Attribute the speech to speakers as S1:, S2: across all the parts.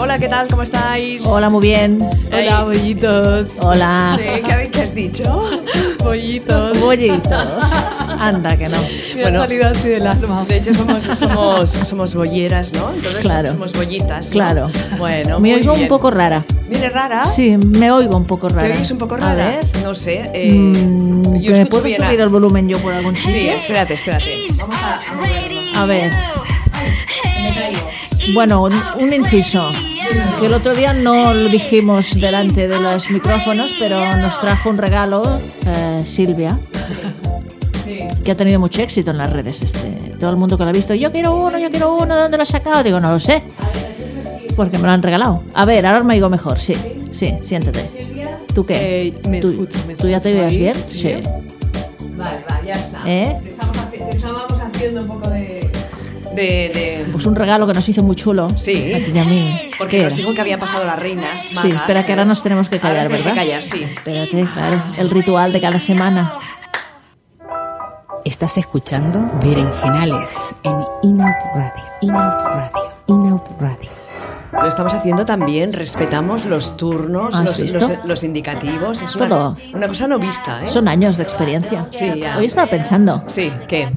S1: Hola, ¿qué tal? ¿Cómo estáis?
S2: Hola, muy bien.
S1: Hola, bollitos.
S2: Hola.
S1: Sí, ¿qué habéis qué has dicho? Bollitos.
S2: Bollitos. Anda, que no.
S1: Me ha salido así del alma. De hecho, somos, somos, somos bolleras, ¿no? Entonces,
S2: Claro.
S1: somos bollitas. ¿no?
S2: Claro.
S1: Bueno,
S2: Me
S1: muy
S2: oigo un
S1: bien.
S2: poco rara.
S1: ¿Viene rara?
S2: Sí, me oigo un poco rara.
S1: ¿Te oís un poco rara?
S2: A ver.
S1: No sé. eh,
S2: Mm,
S1: yo
S2: ¿que ¿Me
S1: escucho
S2: puedo
S1: bien. a-
S2: subir el volumen yo por algún
S1: Sí,
S2: sitio?
S1: espérate, espérate. Vamos a, a moverlo.
S2: A ver. Bueno, un, un inciso. Que el otro día no lo dijimos delante de los micrófonos, pero nos trajo un regalo eh, Silvia,
S1: Sí.
S2: que ha tenido mucho éxito en las redes. Este, todo el mundo que lo ha visto, yo quiero uno, yo quiero uno, ¿de dónde lo has sacado? Digo, no lo sé, porque me lo han regalado. A ver, ahora me digo mejor, sí, sí, siéntate. ¿Tú qué?
S3: Eh, me
S2: ¿Tú,
S3: escucho, me
S2: ¿Tú ya te
S3: escucho
S2: veías
S3: ahí,
S2: bien?
S3: sí.
S1: Vale, vale, ya está.
S2: ¿Eh?
S1: Te, estamos haci- te estábamos haciendo un poco de. de, de
S2: Pues un regalo que nos hizo muy chulo.
S1: Sí.
S2: A ti y a mí.
S1: Porque
S2: ¿Qué
S1: nos
S2: era?
S1: dijo que habían pasado las reinas.
S2: Sí,
S1: magas,
S2: espera que
S1: ¿eh?
S2: ahora nos tenemos que
S1: Ahora
S2: callar,
S1: os tenéis
S2: ¿verdad?
S1: que callar, sí.
S2: Espérate, claro. El ritual de cada semana.
S4: Estás escuchando Berenjenales en Inout Radio. Inout Radio. Inout Radio.
S1: Lo estamos haciendo también, respetamos los turnos,
S2: ¿Has
S1: los,
S2: visto?
S1: los- los indicativos. Es una,
S2: ¿Ah, Todo.
S1: una cosa no vista, ¿eh?
S2: Son años de experiencia.
S1: Sí, ya.
S2: Hoy estaba pensando.
S1: Sí, ¿qué?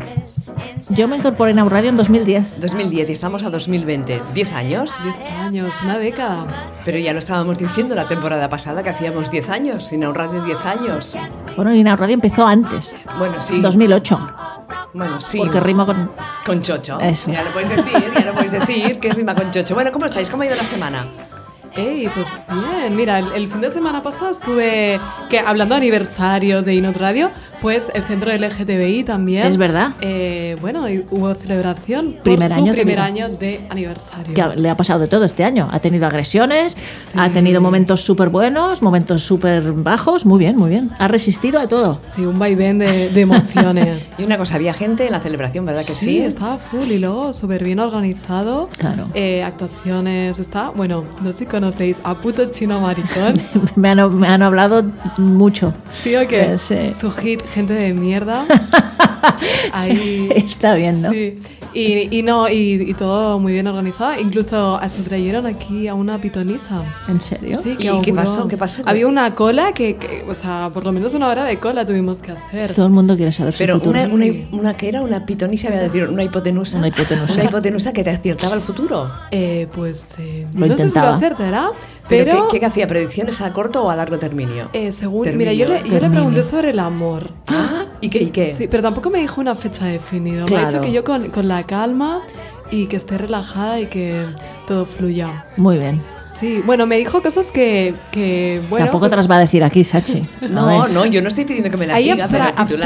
S2: Yo me incorporé en Au Radio en 2010.
S1: 2010 y estamos a 2020. ¿10 años?
S3: Años, una década.
S1: Pero ya lo estábamos diciendo la temporada pasada que hacíamos 10 años, sin ahorrar de 10 años.
S2: Bueno, y Inau Radio empezó antes,
S1: Bueno, sí.
S2: 2008.
S1: Bueno, sí.
S2: Porque rima con.
S1: Con chocho.
S2: Eso.
S1: Ya lo puedes decir, ya lo puedes decir, que rima con chocho. Bueno, ¿cómo estáis? ¿Cómo ha ido la semana?
S3: Ey, pues bien, mira, el, el fin de semana pasado estuve que, hablando de aniversarios de Inot Radio, pues el centro LGTBI también.
S2: Es verdad.
S3: Eh, bueno, y hubo celebración por
S2: Primer
S3: su
S2: año de
S3: primer
S2: vida.
S3: año de aniversario.
S2: Que ha- le ha pasado de todo este año. Ha tenido agresiones, ha tenido momentos súper buenos, momentos súper bajos. Muy bien, muy bien. Ha resistido a todo.
S3: Sí, un vaivén de, de emociones.
S1: Y una cosa, había gente en la celebración, ¿verdad que sí?
S3: estaba full y luego súper bien organizado.
S2: Claro.
S3: Eh, actuaciones, está. Bueno, no sé si conocéis a puto chino maricón.
S2: Me han, me han hablado mucho.
S3: ¿Sí o qué?
S2: Eh, sí.
S3: Su hit, gente de mierda. Ahí.
S2: Está bien, ¿no?
S3: Sí. Y, y no, y, y todo muy bien organizado. Incluso hasta trajeron aquí a una pitonisa.
S2: ¿En serio?
S3: Sí, que
S1: ¿Y qué
S3: auguró.
S1: pasó? ¿Qué pasó?
S3: Había una cola que, que, o sea, por lo menos una hora de cola tuvimos que hacer.
S2: Todo el mundo quiere saber su
S1: Pero
S2: futuro.
S1: una, una, una que era una pitonisa, voy a decir, una hipotenusa.
S2: Una hipotenusa.
S1: Una hipotenusa que te aciertaba el futuro.
S3: Eh, pues eh,
S2: Lo
S3: no sé si lo
S2: intentaba.
S3: acertará,
S1: Pero,
S3: pero,
S1: ¿qué, qué hacía? ¿Predicciones a corto o a largo término?
S3: eh, según.
S1: Terminio,
S3: mira, yo le, yo le
S2: terminio.
S3: pregunté sobre el amor.
S1: Ah, ¿y qué? ¿Y qué?
S3: Sí, pero tampoco me dijo una fecha definida. Me ha dicho
S2: Claro.
S3: que yo con, con la calma y que esté relajada y que todo fluya.
S2: Muy bien.
S3: Sí, bueno, me dijo cosas que, que bueno,
S2: Tampoco
S3: pues,
S2: te las va a decir aquí, Sachi. A
S1: No,
S2: ver.
S1: no, yo no estoy pidiendo que me las
S3: ahí
S1: diga, pero
S3: abstra-
S1: titulares.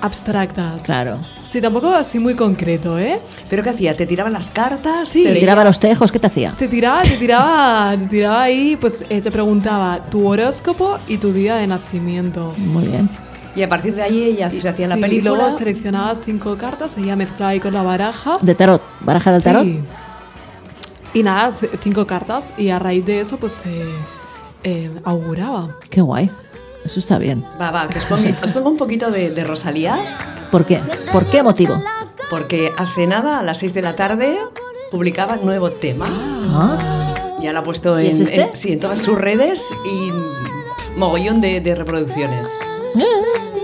S3: abstractas, abstractas.
S2: Claro.
S3: Sí, tampoco así muy concreto, ¿eh?
S1: ¿Pero qué hacía? ¿Te tiraban las cartas?
S3: Sí,
S2: Te
S1: leía?
S2: tiraba los tejos, ¿qué te hacía?
S3: Te tiraba, te tiraba, te tiraba ahí, pues eh, te preguntaba tu horóscopo y tu día de nacimiento.
S2: Muy bien.
S1: Y a partir de ahí ella se hacía la
S3: Sí,
S1: película.
S3: Y luego seleccionabas cinco cartas, ella mezclaba ahí con la baraja.
S2: De tarot, baraja del
S3: Sí.
S2: tarot.
S3: Y nada, c- cinco cartas y a raíz de eso pues eh, eh, auguraba.
S2: Qué guay. Eso está bien.
S1: Va, va, que os pongo, os pongo un poquito de, de Rosalía,
S2: ¿Por qué? ¿Por qué motivo?
S1: porque hace nada, a las 6 de la tarde, publicaba nuevo tema.
S2: Ah,
S1: Ya lo ha puesto en,
S2: ¿Y es este?
S1: en- sí, en todas sus redes y pff, mogollón de, de reproducciones.
S2: eh,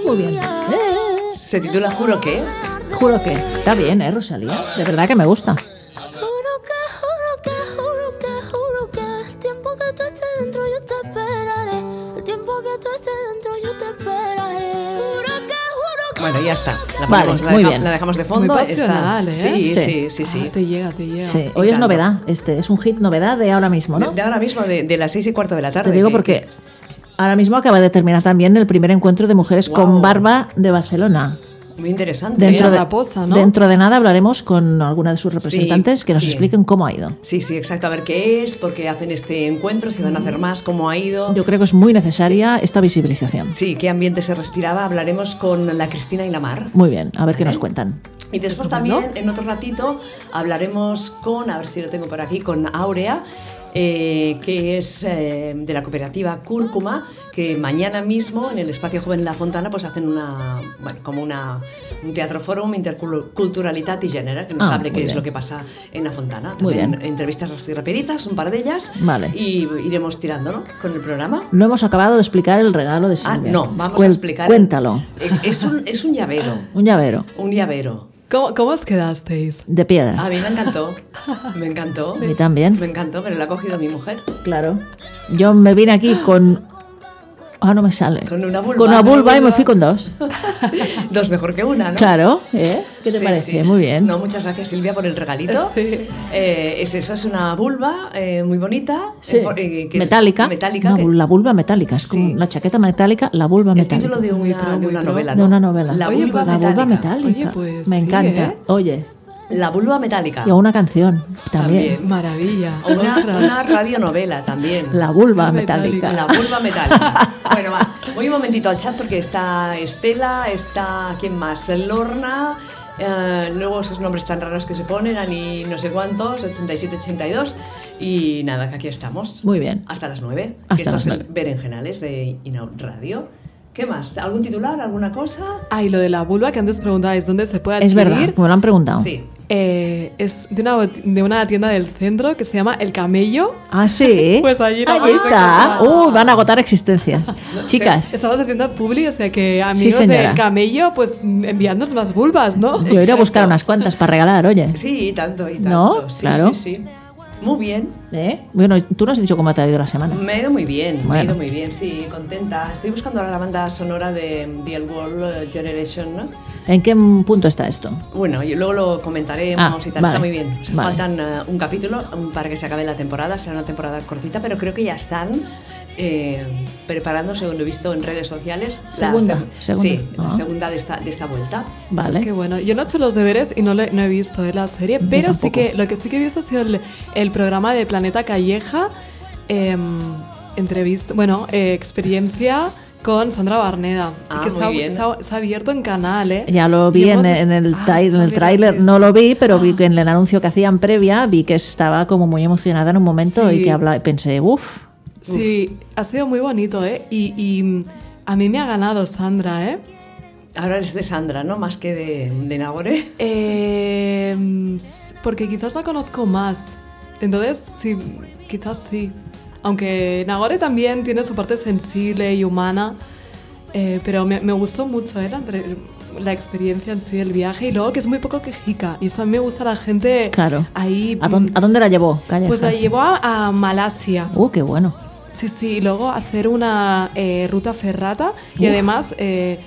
S2: Muy bien. Eh,
S1: Se titula Juro que.
S2: Juro que está bien, ¿eh, Rosalía? De verdad que me gusta.
S5: Juro que, juro que, juro que, juro que El tiempo que tú estés dentro yo te esperaré El tiempo que tú estés dentro yo te esperaré Juro que, juro que
S1: Bueno, ya está. La,
S2: Vale,
S1: ponemos, la,
S2: muy
S1: deja-
S2: bien.
S1: la dejamos de fondo.
S3: Muy
S1: está-
S3: pasional, ¿eh?
S1: Sí,
S2: Sí.
S1: sí, sí, sí.
S3: Ah, te llega, te llega.
S2: Sí. Hoy es
S1: tanto.
S2: novedad. Este es un hit novedad de ahora mismo,
S1: De-
S2: ¿no?
S1: De ahora mismo, de, de las 6 y cuarto de la tarde.
S2: Te digo
S1: que-
S2: porque ahora mismo acaba de terminar también el primer encuentro de mujeres
S1: Guau.
S2: con barba de Barcelona.
S1: que- Muy interesante.
S2: Dentro
S1: ¿eh?
S2: de,
S3: Raposa, ¿no?
S2: dentro de nada hablaremos con alguna de sus representantes que nos
S1: sí.
S2: expliquen cómo ha ido.
S1: Sí, sí, exacto. A ver qué es, por qué hacen este encuentro, si van a hacer más, cómo ha ido.
S2: Yo creo que es muy necesaria esta visibilización.
S1: Sí, qué ambiente se respiraba. Hablaremos con la Cristina y la Mar.
S2: Muy bien, a ver qué nos cuentan.
S1: Y después también, en otro ratito, hablaremos con, a ver si lo tengo por aquí, con Aurea, eh, que es eh, de la cooperativa Cúrcuma, que mañana mismo en el Espacio Joven La Fontana pues hacen una, bueno, como una, un teatro forum interculturalitat y género, que nos
S2: Ah,
S1: hable
S2: muy
S1: qué es
S2: bien.
S1: lo que pasa en La Fontana.
S2: Muy
S1: También
S2: bien.
S1: entrevistas así rapiditas, un par de ellas,
S2: Vale.
S1: y iremos tirando ¿no? con el programa.
S2: No hemos acabado de explicar el regalo de
S1: Ah,
S2: Silvia.
S1: no, vamos a
S2: Cuel-
S1: explicar.
S2: Cuéntalo.
S1: Eh, Es un, es un llavero,
S2: Un llavero
S1: un llavero.
S3: ¿Cómo, cómo os quedasteis?
S2: de
S1: A
S2: piedra.
S1: mí me encantó, me encantó.
S2: A mí también.
S1: Me encantó, pero lo ha cogido mi mujer.
S2: Claro. Yo me vine aquí con. Ah, no me sale.
S1: Con una vulva.
S2: Con una
S1: Una
S2: vulva y me
S1: vulva.
S2: fui con dos.
S1: Dos mejor que una, ¿no?
S2: Claro. ¿eh? ¿Qué te
S1: Sí,
S2: parece?
S1: sí.
S2: Muy bien.
S1: No, muchas gracias Silvia por el regalito.
S3: Sí.
S1: Eh, es eso, es una vulva eh, muy bonita.
S2: Sí.
S1: eh, por- eh, que-
S2: metálica.
S1: Metálica.
S2: No,
S1: que-
S2: la vulva metálica. Es como
S1: Sí.
S2: la chaqueta metálica, la vulva
S1: el
S2: metálica.
S1: título de
S3: Muy
S1: una,
S3: pro,
S1: de
S3: muy
S1: una
S3: pro.
S1: novela.
S2: de
S1: ¿no?
S2: una novela.
S1: La
S3: Oye,
S1: vulva
S3: pues,
S2: La
S1: metálica.
S2: vulva metálica.
S3: Oye, pues
S2: me
S3: sí,
S2: encanta.
S3: ¿eh?
S2: Oye.
S1: La vulva metálica.
S2: Y a una canción también.
S1: También.
S3: Eh, Maravilla.
S1: O Una,
S3: Ostras.
S1: una radionovela también.
S2: La vulva metálica.
S3: Metálica.
S1: La vulva metálica. Bueno, va, voy un momentito al chat porque está Estela, está, ¿quién más? Lorna, eh, luego esos nombres tan raros que se ponen, Ani no sé cuántos, 87-82, y nada, que aquí estamos.
S2: Muy bien.
S1: Hasta las 9.
S2: Hasta
S1: Esto
S2: las
S1: es el
S2: nueve.
S1: Berenjenales de Inaud Radio. ¿Qué más? ¿Algún titular? ¿Alguna cosa?
S3: Ay, lo de la vulva que antes preguntabais, ¿dónde se puede
S2: Es
S3: adquirir?
S2: verdad, me lo han preguntado.
S1: Sí.
S3: Eh, es de una, bot- de una tienda del centro que se llama El Camello.
S2: Ah, sí.
S3: Pues allí la
S2: Ahí
S3: vais a
S2: está.
S3: encontrar.
S2: Uy, van a agotar existencias. Chicas,
S3: Estamos haciendo publi, o sea que
S2: Sí,
S3: amigos
S2: señora.
S3: del Camello, pues enviadnos más vulvas, ¿no?
S2: yo iré a buscar unas cuantas para regalar, oye.
S1: Sí, y tanto, y tanto.
S2: ¿No?
S1: Sí,
S2: Claro.
S1: Sí, sí. Muy bien.
S2: ¿Eh? Bueno, tú no has dicho cómo te ha ido la semana.
S3: Mm.
S1: Me ha ido muy bien, me ha
S2: Bueno.
S1: ido muy bien, sí, contenta. Estoy buscando ahora la banda sonora de The Old World Generation, ¿no?
S2: ¿En qué punto está esto?
S1: Bueno, yo luego lo comentaremos
S2: Ah,
S1: y tal,
S2: vale,
S1: está muy bien. O sea,
S2: vale.
S1: Faltan eh, un capítulo um, para que se acabe la temporada, será una temporada cortita, pero creo que ya están eh, preparando, según lo he visto en redes sociales,
S2: Segunda,
S1: la,
S2: segunda.
S1: Sí, la
S2: Ah.
S1: segunda de esta, de esta vuelta.
S2: Vale.
S3: Qué bueno. Yo no he hecho los deberes y no, lo- no he visto eh, la serie, pero sí
S2: tampoco.
S3: que lo que sí que he visto ha sido el, el programa de Planeta Calleja, em, entrevista, bueno, eh, experiencia con Sandra Barneda,
S1: Ah,
S3: que se ha,
S1: muy bien.
S3: se ha- se ha abierto en canal, ¿eh?
S2: Ya lo
S3: Y
S2: vi en,
S3: hemos es-
S2: en el,
S3: Ah,
S2: trai- en el
S3: también
S2: tráiler,
S3: has
S2: no lo
S3: visto.
S2: vi, pero
S3: Ah.
S2: vi que en el anuncio que hacían previa, vi que estaba como muy emocionada en un momento y
S3: Sí.
S2: que habla, pensé, uff,
S3: Sí, ha sido muy bonito, ¿eh? Y, y, mm, a mí me ha ganado Sandra, ¿eh?
S1: Ahora es de Sandra, ¿no? Más que de, de Nagore.
S3: Eh, mm, s- porque quizás la conozco más. Entonces, sí, quizás sí. Aunque Nagore también tiene su parte sensible y humana. eh, pero me, me gustó mucho eh, la, entre- la experiencia en sí, el viaje. Y luego que es muy poco quejica. Y eso a mí me gusta la gente
S2: claro.
S3: ahí. mm,
S2: ¿A, dónde, a dónde la llevó? Calla,
S3: Pues la
S2: está.
S3: llevó a, a Malasia.
S2: Uh, qué bueno.
S3: Sí, sí, y luego hacer una eh, ruta ferrata y además, eh,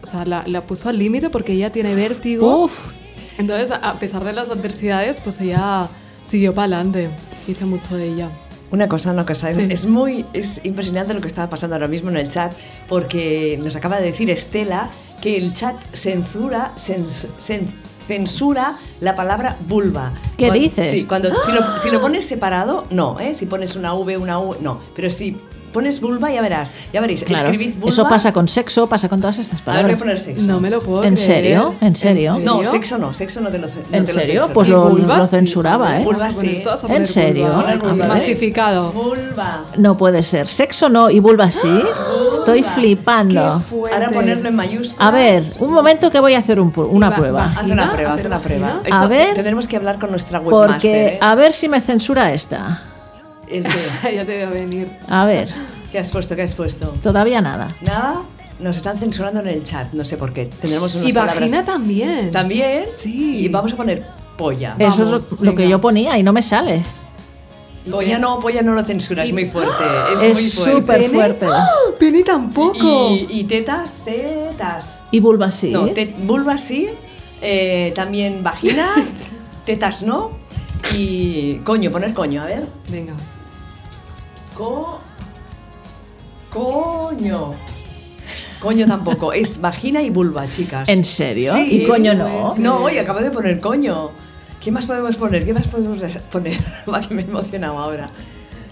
S3: o sea, la, la puso al límite porque ella tiene vértigo.
S2: Uf,
S3: Entonces, a a pesar de las adversidades, pues ella siguió para adelante. Hice mucho de ella.
S1: Una cosa, una cosa.
S3: Sí.
S1: Es muy es impresionante lo que estaba pasando ahora mismo en el chat, porque nos acaba de decir Estela que el chat censura, cens- cen- censura la palabra vulva.
S2: ¿Qué
S1: Cuan-
S2: dices? ¡Ah!
S1: Sí, cuando, si, lo, si lo pones separado, no, ¿eh? Si pones una V, una U, no. Pero si pones vulva, ya verás, ya veréis.
S2: claro.
S1: Escribid vulva.
S2: Eso pasa con sexo, pasa con todas estas
S1: A ver, voy a
S2: palabras.
S1: poner sexo.
S3: No me lo puedo
S2: ¿En
S3: creer.
S2: serio? ¿En serio?
S1: No, sexo no, sexo no te lo, ce- no
S2: ¿En
S1: te lo
S2: serio?
S1: censura.
S2: Pues
S3: Y
S2: lo,
S3: vulva
S2: lo
S3: sí,
S2: censuraba, ¿eh?
S1: vulva
S3: Vamos a poner
S1: sí.
S3: todas a
S2: ¿En
S3: poner
S2: serio? Ah,
S3: vulva.
S1: Ahora vulva, ¿veis?
S3: Masificado.
S1: Vulva.
S2: No puede ser. Sexo no y vulva sí. Estoy flipando.
S3: Qué fuerte.
S1: Ahora ponerlo en mayúsculas.
S2: A ver, un momento que voy a hacer un pu- una
S3: va-
S2: prueba.
S3: va.
S1: Haz una
S3: Vagina,
S1: prueba, haz
S3: hacer
S1: una prueba.
S3: vagina.
S2: A ver.
S1: Tendremos que hablar con nuestra webmaster.
S2: Porque,
S1: ¿eh?
S2: a ver si me censura esta.
S1: El que,
S3: ya te veo venir.
S2: A ver,
S1: ¿Qué has puesto? ¿Qué has puesto?
S2: todavía nada.
S1: Nada. Nos están censurando en el chat, no sé por qué. Tendremos unas
S3: Y vagina
S1: palabras-
S3: también.
S1: También.
S3: Sí.
S1: Y vamos a poner polla.
S3: Eh,
S2: Eso
S3: Vamos,
S2: es lo- lo, que
S3: venga.
S2: yo ponía y no me sale.
S1: polla no, polla no lo censura, es muy fuerte. Es,
S2: ¡Ah! Es
S1: muy fuerte.
S2: súper fuerte.
S3: Penny tampoco.
S1: Y, y tetas, tetas.
S2: Y vulva sí.
S1: No, te- vulva sí. eh, también vagina. tetas no. Y coño, poner coño, a ver.
S3: Venga.
S1: Co... Coño. Coño tampoco. Es vagina y vulva, chicas.
S2: ¿En serio?
S1: Sí.
S2: Y coño no.
S1: No, y acabo de poner coño. ¿Qué más podemos poner? ¿Qué más podemos poner? Va, que me he emocionado ahora.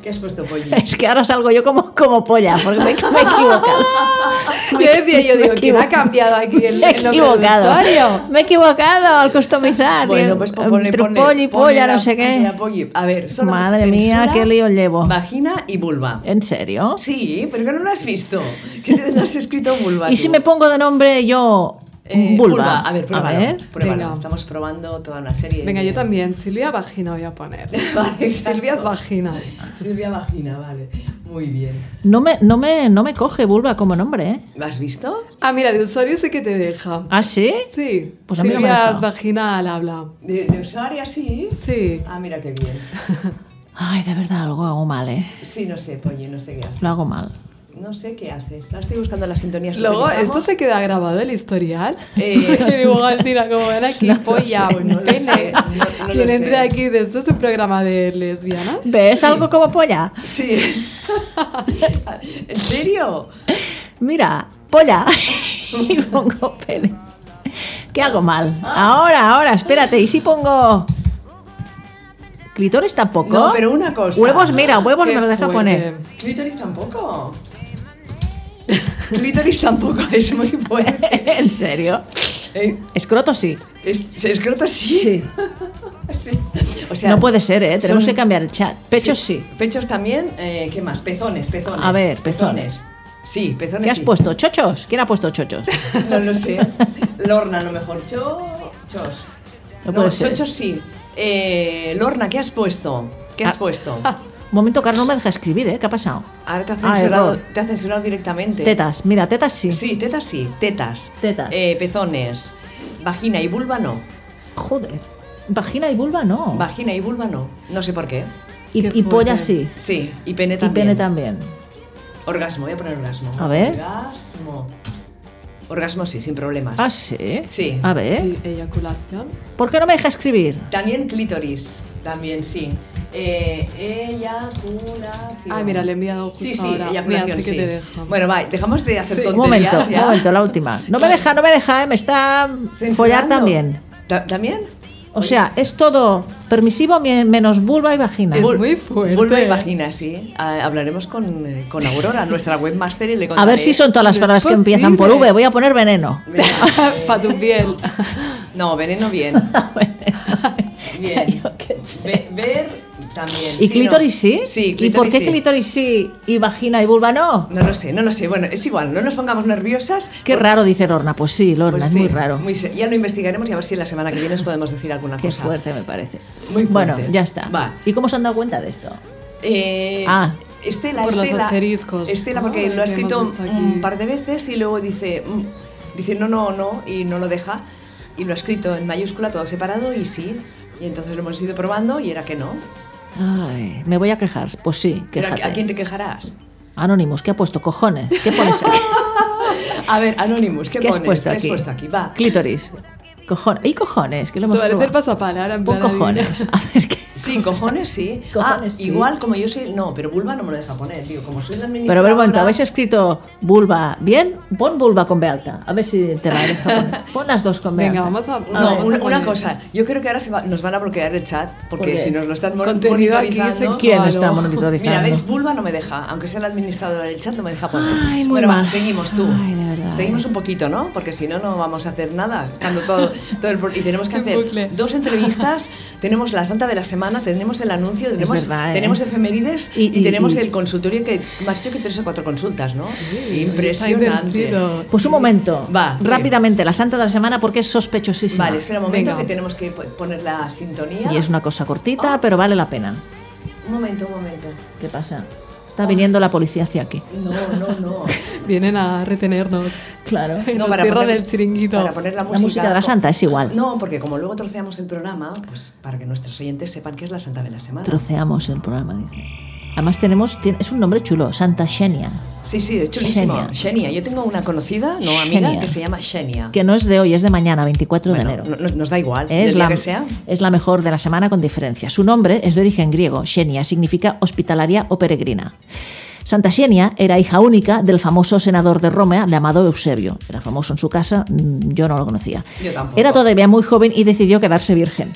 S1: ¿Qué has puesto, pollo?
S2: Es que ahora salgo yo como, como polla, porque me, me he equivocado.
S3: Yo decía, yo digo, ¿quién ha cambiado aquí el,
S2: Me he
S3: el nombre del usuario?
S2: equivocado. Me he equivocado al customizar.
S1: Bueno, pues
S2: Entre
S1: ponle, ponle,
S2: pollo
S1: ponle
S2: y polla,
S1: la-
S2: no sé qué.
S1: la polli- A ver, solo
S2: Madre mía,
S1: censura,
S2: qué lío llevo. Eh.
S1: Vagina y vulva.
S2: ¿En serio?
S1: Sí, pero que no lo has visto. Que no has escrito vulva.
S2: ¿Y
S1: tú?
S2: si me pongo de nombre yo
S1: Eh,
S2: vulva?
S1: A ver, pruébalo.
S2: ver.
S1: pruébalo.
S3: Venga.
S1: Estamos probando toda una serie.
S3: Venga,
S1: de-
S3: yo también. Silvia Vagina voy a poner.
S1: Vale, exacto.
S3: Silvia es Vagina.
S1: Silvia Vagina, vale. Muy bien.
S2: No me, no, me, no me coge vulva como nombre, ¿eh?
S1: ¿Lo has visto?
S3: Ah, mira, de usuario sí que te deja.
S2: ¿Ah, sí?
S3: Sí.
S2: Pues a mí no me
S3: Silvia
S2: deja.
S3: es Vagina al habla.
S1: De, de usuario sí.
S3: Sí.
S1: Ah, mira qué bien.
S2: Ay, de verdad, algo hago mal, ¿eh?
S1: Sí, no sé, Polly, no sé qué haces.
S2: Lo hago mal.
S1: No sé qué haces. Ahora estoy buscando las sintonías. que
S3: Luego,
S1: utilizamos.
S3: ¿esto se queda grabado el historial?
S1: Eh,
S3: igual tira como era aquí, pues polla,
S1: sé, no lo
S3: pene.
S1: sé, no- no lo
S3: Quien entre
S1: sé.
S3: aquí de este es un programa de lesbianas.
S2: ¿Ves algo como polla?
S1: Sí. ¿En serio?
S2: Mira, polla. y pongo pene. ¿Qué hago mal? Ahora, ahora, espérate. ¿Y si pongo. ¿Clitoris tampoco?
S1: No, pero una cosa.
S2: Huevos, mira, huevos
S3: Qué
S2: me lo deja
S3: fuerte.
S2: poner.
S1: Clítoris tampoco. Clítoris tampoco es muy fuerte.
S2: ¿En serio?
S1: Eh,
S2: Escroto sí.
S1: es, escroto sí. Sí. O sea,
S2: no puede ser, ¿eh? Tenemos
S1: son-
S2: que cambiar el chat. Pechos sí.
S1: Pechos también. eh, ¿Qué más? Pezones, pezones.
S2: A ver,
S1: Sí, pezones.
S2: ¿Qué has
S1: sí.
S2: puesto? ¿Chochos? ¿Quién ha puesto chochos?
S1: No lo sé. Lorna, a lo mejor. Chochos.
S2: No puede ser.
S1: chochos sí. Eh, Lorna, ¿qué has puesto? ¿Qué has
S2: Ah.
S1: puesto?
S2: Un momento, Carlos, no me deja escribir, ¿eh? ¿Qué ha pasado?
S1: Ahora te ha
S2: Ah,
S1: censurado,
S2: error.
S1: te ha censurado directamente.
S2: Tetas, mira, tetas sí.
S1: Sí, tetas sí, tetas.
S2: Tetas.
S1: Eh, pezones. Vagina y vulva no.
S2: Joder. Vagina y vulva no.
S1: Vagina y vulva no. No sé por qué.
S2: y,
S3: Qué
S2: y polla sí.
S3: fuerte.
S1: Sí, y pene
S2: Y
S1: también.
S2: pene también.
S1: Orgasmo, voy a poner orgasmo.
S2: A ver.
S1: Orgasmo. Orgasmo sí, sin problemas.
S2: Ah, sí.
S1: Sí.
S2: A ver.
S3: Y eyaculación.
S2: ¿Por qué no me deja escribir?
S1: También clítoris, también sí. Eh, eyaculación.
S3: Ah, mira, le he enviado justo
S1: Sí, sí,
S3: ahora. Mira,
S1: eyaculación
S3: sí que
S1: sí.
S3: te deja.
S1: Bueno, va, dejamos de hacer
S2: Un
S1: tonterías
S2: momento,
S1: ya.
S2: un momento, la última. No me deja, no me deja, ¿eh? me está follar
S1: Censurando.
S2: también.
S1: Ta- ¿También?
S2: O sea, es todo permisivo mi- menos vulva y vagina.
S3: Es
S1: Vol-
S3: muy fuerte.
S1: Vuelvo a imaginar, sí. Ah, hablaremos con, eh, con Aurora, nuestra webmaster, y le
S2: A
S1: contaré.
S2: ver si son todas las
S3: Es
S2: palabras que empiezan por
S3: posible.
S2: V. Voy a poner veneno.
S3: Para tu piel.
S1: No, veneno bien. Bien.
S2: Ah, Yo qué sé.
S1: Ve- ver también.
S2: ¿Y
S1: Sí,
S2: clítoris
S1: no.
S2: sí?
S1: Sí,
S2: ¿Y
S1: clítoris
S2: por qué
S1: sí.
S2: clítoris sí y vagina y vulva no?
S1: No lo sé, no lo sé. Bueno, es igual, no nos pongamos nerviosas.
S2: Qué
S1: Por-
S2: raro, dice Lorna. Pues sí, Lorna,
S1: Pues
S2: es
S1: sí,
S2: muy raro.
S1: muy se- ya lo investigaremos y a ver si la semana que viene os podemos decir alguna
S2: Qué
S1: cosa.
S2: fuerte me parece.
S1: Muy fuerte.
S2: Bueno, ya está.
S1: Va.
S2: ¿Y cómo se han dado cuenta de esto?
S1: Eh,
S2: Ah.
S1: Estela,
S3: Por pues los
S1: Estela,
S3: asteriscos.
S1: Estela,
S3: Ah,
S1: porque lo ha
S3: que hemos
S1: escrito
S3: visto aquí.
S1: un par de veces y luego dice, mm, dice no, no, no, y no lo deja. Y lo ha escrito en mayúscula, todo separado, y sí. Y entonces lo hemos ido probando y era que no.
S2: Ay, me voy a quejar. Pues sí,
S1: Pero ¿a- ¿A
S2: quéjate.
S1: quién te quejarás?
S2: Anonymous, ¿qué ha puesto? Cojones. ¿Qué pones aquí?
S1: A ver, Anonymous, ¿qué,
S2: ¿Qué has
S1: pones?
S2: puesto
S1: ¿Qué
S2: aquí?
S1: has puesto aquí? Va.
S2: Clítoris. Cojones. ¿Y cojones? Que lo
S3: Se
S2: hemos
S3: parece el
S2: probado.
S3: pasapalabra en
S2: Pon
S3: plan
S2: cojones.
S3: adivina.
S2: A ver qué.
S1: Sí, cojones sí.
S2: Cojones,
S1: ah,
S2: sí.
S1: igual como yo soy. No, pero vulva no me lo deja poner, digo, como soy la
S2: Pero a ver,
S1: administradora.
S2: un momento, ¿habéis escrito vulva bien? Pon vulva con B alta. A ver si te la deja poner. Pon las dos con B
S3: Venga,
S2: alta.
S3: vamos a.
S1: No,
S3: vamos a
S1: una, una
S3: poner.
S1: cosa. Yo creo que ahora se va- nos van a bloquear el chat porque
S2: ¿Por qué?
S1: si nos lo están mon-
S3: Contenido aquí
S1: monitorizando.
S3: sexual.
S2: ¿Quién está
S3: Claro.
S2: monitorizando?
S1: Mira, ves, vulva no me deja, aunque sea la administradora del chat, no me deja poner.
S2: Ay, muy
S1: bueno, va,
S2: mal.
S1: seguimos tú.
S2: Ay, de verdad.
S1: Seguimos un poquito, ¿no? Porque si no, no vamos a hacer nada. Estando todo, todo el pro- y tenemos que
S3: En
S1: hacer
S3: bucle.
S1: dos entrevistas. Tenemos la santa de la semana, tenemos el anuncio, tenemos,
S2: verdad, ¿eh?
S1: tenemos efemérides y,
S2: Y- y-
S1: tenemos
S2: y-
S1: el consultorio que me has dicho que tres o cuatro consultas, ¿no?
S3: Está
S1: Impresionante.
S3: intensivo.
S2: Pues un momento.
S1: Va,
S2: Rápidamente, la santa de la semana porque es sospechosísima.
S1: Vale, espera un momento
S3: Venga.
S1: que tenemos que po- poner la sintonía.
S2: Y es una cosa cortita, pero vale la pena.
S1: Un momento, un momento.
S2: ¿Qué pasa? Está viniendo la policía hacia aquí.
S1: No, no, no.
S3: Vienen a retenernos.
S2: Claro.
S3: Y
S1: no
S3: nos cierran el chiringuito.
S1: para poner la
S2: La
S1: música.
S2: música de la santa es igual.
S1: No, porque como luego troceamos el programa, pues para que nuestros oyentes sepan que es la santa de la semana.
S2: Troceamos el programa, dice. Además tenemos, tiene- es un nombre chulo, Santa Xenia,
S1: sí, sí, es chulísimo.
S2: Xenia.
S1: Xenia. Yo tengo una conocida, no amiga,
S2: Xenia.
S1: que se llama Xenia.
S2: que no es de hoy, es de mañana, 24
S1: Bueno,
S2: de enero.
S1: no- no- nos da igual, del
S2: Es
S1: día
S2: la,
S1: que sea.
S2: es la mejor de la semana con diferencia. Su nombre es de origen griego. Xenia significa hospitalaria o peregrina. Santa Xenia era hija única del famoso senador de Roma llamado Eusebio. Era famoso en su casa, mm, yo no lo conocía.
S1: Yo tampoco.
S2: Era todavía muy joven y decidió quedarse virgen.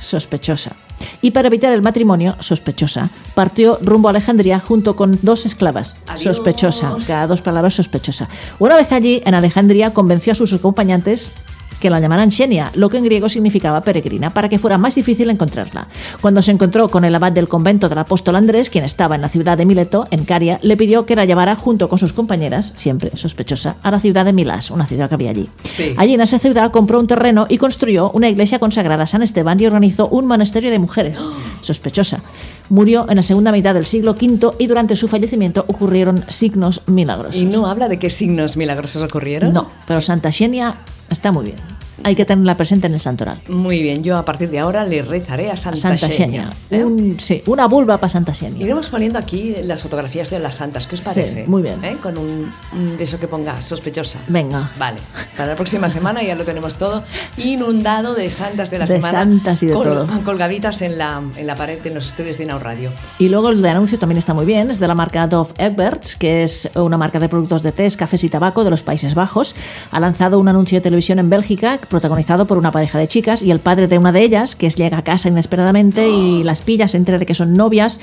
S2: sospechosa. Y para evitar el matrimonio, sospechosa, partió rumbo a Alejandría junto con dos esclavas,
S1: Adiós.
S2: sospechosa, cada dos palabras sospechosa. Una vez allí, en Alejandría, convenció a sus acompañantes que la llamaran Xenia, lo que en griego significaba peregrina, para que fuera más difícil encontrarla. Cuando se encontró con el abad del convento del apóstol Andrés, quien estaba en la ciudad de Mileto, en Caria, le pidió que la llevara junto con sus compañeras, siempre sospechosa, a la ciudad de Milas, una ciudad que había allí.
S1: Sí.
S2: Allí en esa ciudad compró un terreno y construyó una iglesia consagrada a San Esteban y organizó un monasterio de mujeres, sospechosa. Murió en la segunda mitad del siglo V y durante su fallecimiento ocurrieron signos milagrosos.
S1: ¿Y no habla de qué signos milagrosos ocurrieron?
S2: No, pero Santa Xenia está muy bien. Hay que tenerla presente en el santoral.
S1: Muy bien, yo a partir de ahora le rezaré a Santa,
S2: Santa Xenia.
S1: Xenia. ¿eh?
S2: Un- sí, una vulva para Santa Xenia.
S1: Iremos poniendo aquí las fotografías de las santas, ¿qué os
S2: Sí,
S1: parece?
S2: muy bien.
S1: ¿Eh? Con un, un de eso que ponga sospechosa.
S2: Venga.
S1: Vale, para la próxima semana ya lo tenemos todo inundado de santas de la
S2: De
S1: semana.
S2: santas y de todo.
S1: Colgaditas en la, en la pared de los estudios de Inau Radio.
S2: Y luego el de anuncio también está muy bien, es de la marca Dove Egberts, que es una marca de productos de tés, cafés y tabaco de los Países Bajos. Ha lanzado un anuncio de televisión en Bélgica, protagonizado por una pareja de chicas y el padre de una de ellas, que es- llega a casa inesperadamente y las pilla, se entera de que son novias.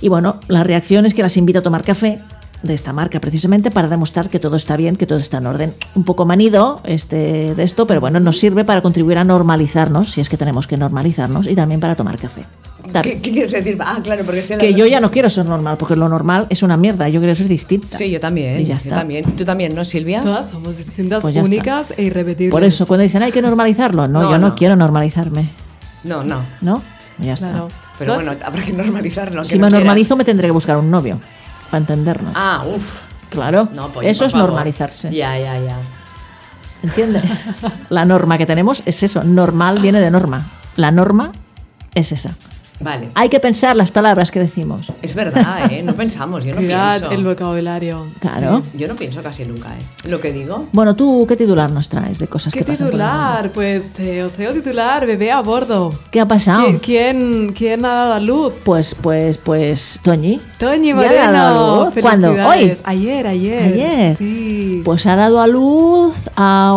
S2: Y bueno, la reacción es que las invita a tomar café de esta marca precisamente para demostrar que todo está bien, que todo está en orden. Un poco manido este de esto, pero bueno, nos sirve para contribuir a normalizarnos, si es que tenemos que normalizarnos, y también para tomar café. También
S1: ¿Qué, qué quieres decir? Ah, claro, porque es el-
S2: que yo ya no quiero ser normal, porque lo normal es una mierda, yo quiero ser distinta.
S1: Sí, yo también.
S2: Y ya
S1: yo
S2: está.
S1: también. Tú también, ¿no, Silvia?
S3: Todas somos distintas,
S2: Pues ya está.
S3: únicas e irrepetibles.
S2: Por eso, cuando dicen hay que normalizarlo, no,
S1: No,
S2: yo no,
S1: no.
S2: quiero normalizarme,
S1: No, no.
S2: ¿no? Ya está.
S3: Claro.
S1: Pero
S3: No es-
S1: bueno, habrá que normalizarlo.
S2: Si
S1: que no
S2: me
S1: quieras.
S2: normalizo, me tendré que buscar un novio, para entendernos.
S1: Ah, uff.
S2: claro,
S1: No, pues,
S2: eso
S1: por
S2: es
S1: favor.
S2: normalizarse,
S1: Ya, ya, ya.
S2: ¿entiendes? La norma que tenemos es eso, normal viene de norma, la norma es esa.
S1: Vale.
S2: Hay que pensar las palabras que decimos.
S1: Es verdad, ¿eh? No pensamos, yo no
S3: Cuidad el
S1: pienso.
S3: vocabulario.
S2: Claro.
S1: Yo no pienso casi nunca, ¿eh? Lo que digo.
S2: Bueno, ¿tú qué titular nos traes de cosas
S3: ¿Qué
S2: que pasan por la vida?
S3: titular? Pues eh, os traigo titular, bebé a bordo.
S2: ¿Qué ha pasado?
S3: ¿Qui- ¿Quién, quién ha dado a luz?
S2: Pues, pues, pues, Toñi.
S3: Toñi
S2: Ya le ha dado a
S3: Moreno.
S2: luz. ¿Cuándo?
S3: felicidades. Ayer, ayer.
S2: Ayer.
S3: Sí.
S2: Pues ha dado a luz a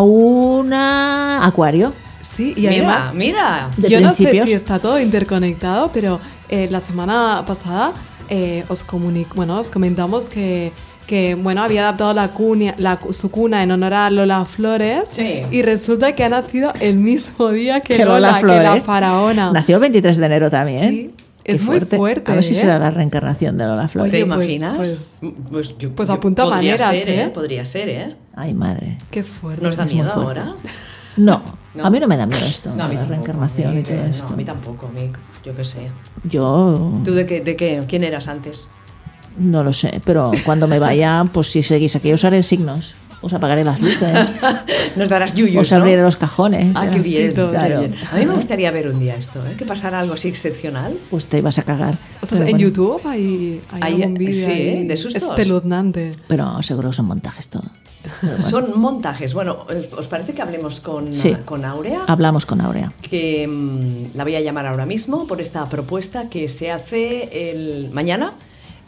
S2: una acuario.
S3: sí, y
S1: mira,
S3: además.
S1: mira.
S2: de
S3: yo no
S2: principios.
S3: sé si está todo interconectado, pero eh, la semana pasada eh, os, comuni- bueno, os comentamos que, que, bueno, había adaptado la cuña, la cu- su cuna en honor a Lola Flores
S1: Sí.
S3: y resulta que ha nacido el mismo día que,
S2: Que Lola
S3: Lola, que la
S2: Flores.
S3: faraona.
S2: Nació el 23 de enero también.
S3: Sí,
S2: Qué
S3: es muy fuerte,
S2: A ver si
S3: ¿eh?
S2: será la reencarnación de Lola Flores.
S3: Oye,
S1: ¿Te
S3: pues-
S1: imaginas?
S3: pues-
S1: yo-
S3: pues
S1: yo-
S3: apunta
S1: podría
S3: maneras,
S1: ser,
S3: ¿eh?
S1: Podría ser, ¿eh? Pues
S2: Ay, madre.
S3: Qué fuerte.
S1: ¿Nos da
S2: Es muy
S1: miedo
S2: fuerte.
S1: ahora?
S2: No,
S1: No.
S2: a mí no me da miedo esto,
S1: a mí
S2: la
S1: tampoco,
S2: reencarnación y
S1: Mick,
S2: todo
S1: eh,
S2: esto.
S1: No, a mí tampoco, Mick. Yo qué sé.
S2: Yo
S1: ¿Tú de qué, de qué? ¿Quién eras antes?
S2: no lo sé, pero cuando me vaya, pues si seguís aquí, os haré signos. Os apagaré las luces,
S1: Nos darás yuyos,
S2: os abriré
S1: ¿no?
S2: los cajones.
S1: Ah, qué bien,
S3: Claro.
S1: qué bien. A mí me gustaría ver un día esto, ¿eh? Que pasara algo así excepcional.
S2: Pues te ibas a cagar.
S3: O sea,
S2: Pero
S3: en
S2: bueno.
S3: YouTube hay, hay,
S1: Hay-
S3: algún vídeo
S1: sí,
S3: ahí
S1: de sustos.
S3: espeluznante.
S2: Pero seguro son montajes todo. Pero bueno.
S1: Son montajes. Bueno, eh, ¿os- ¿os parece que hablemos con,
S2: Sí.
S1: con Aurea?
S2: Hablamos con Aurea.
S1: que mm, la voy a llamar ahora mismo por esta propuesta que se hace el mañana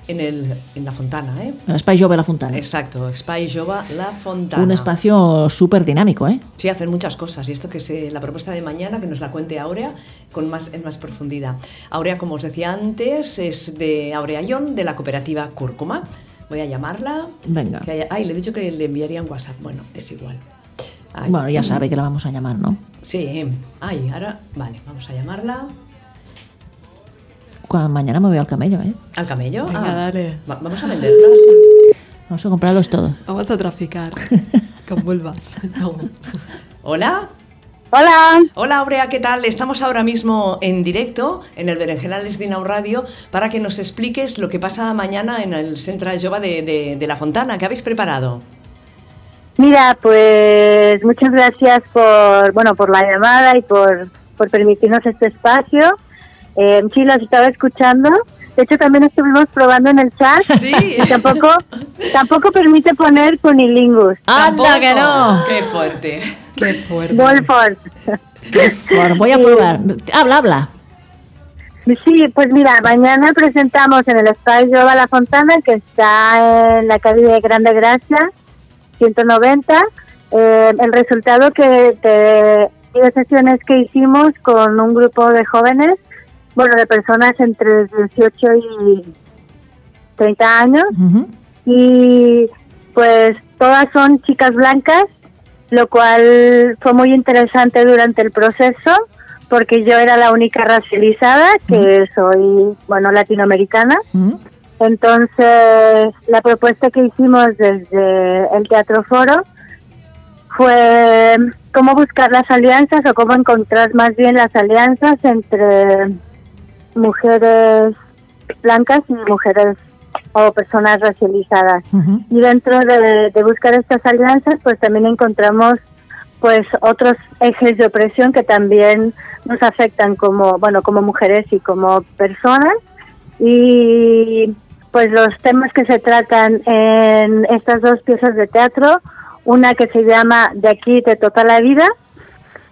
S1: en, el, en la Fontana, ¿eh?
S2: El Espai Jove La Fontana.
S1: Exacto, Spy Jova La Fontana.
S2: Un espacio súper dinámico, ¿eh?
S1: Sí, hacen muchas cosas y esto que es eh, la propuesta de mañana que nos la cuente Aurea con más, en más profundidad. Aurea, como os decía antes, es de Aurea Ion, de la cooperativa Cúrcuma. Voy a llamarla.
S2: Venga.
S1: Que haya- ay, le he dicho que le enviaría un WhatsApp. Bueno, es igual. Ay.
S2: Bueno, ya sabe que la vamos a llamar, ¿no?
S1: Sí, eh. ay, ahora, vale, vamos a llamarla.
S2: Cua- mañana me voy al camello, ¿eh?
S1: ¿Al camello? Ah,
S3: Venga, dale.
S1: Va- vamos a venderlas.
S2: Vamos a comprarlos todos.
S3: Vamos a traficar con vulvas. No.
S1: Hola.
S6: Hola,
S1: Hola, Aurea, ¿qué tal? Estamos ahora mismo en directo en el Berenjenales de Inau Radio para que nos expliques lo que pasa mañana en el Centro Jova de, de- de La Fontana. ¿Qué habéis preparado?
S6: mira, pues muchas gracias por, bueno, por la llamada y por, por permitirnos este espacio. Eh, sí, los estaba escuchando. De hecho, también estuvimos probando en el chat.
S1: Sí.
S6: Y tampoco, tampoco permite poner cunilingus.
S1: Tampoco.
S2: ¡Anda que no!
S1: ¡Qué fuerte!
S3: Qué fuerte.
S6: Volford.
S2: Por- voy a probar. Habla, habla.
S6: Sí, pues mira, mañana presentamos en el Estadio Jova La Fontana, que está en la calle de Grande Gracia, 190, eh, el resultado que te 10 sesiones que hicimos con un grupo de jóvenes, bueno, de personas entre 18 y 30 años,
S2: Ujú.
S6: y pues todas son chicas blancas, lo cual fue muy interesante durante el proceso porque yo era la única racializada, que soy, bueno, latinoamericana.
S2: Ujú.
S6: Entonces, la propuesta que hicimos desde el Teatro Foro fue cómo buscar las alianzas o cómo encontrar más bien las alianzas entre mujeres blancas y mujeres o personas racializadas.
S2: Ujú.
S6: Y dentro de, de buscar estas alianzas, pues también encontramos pues otros ejes de opresión que también nos afectan como, bueno, como mujeres y como personas. Y pues los temas que se tratan en estas dos piezas de teatro, una que se llama De aquí te toca la vida,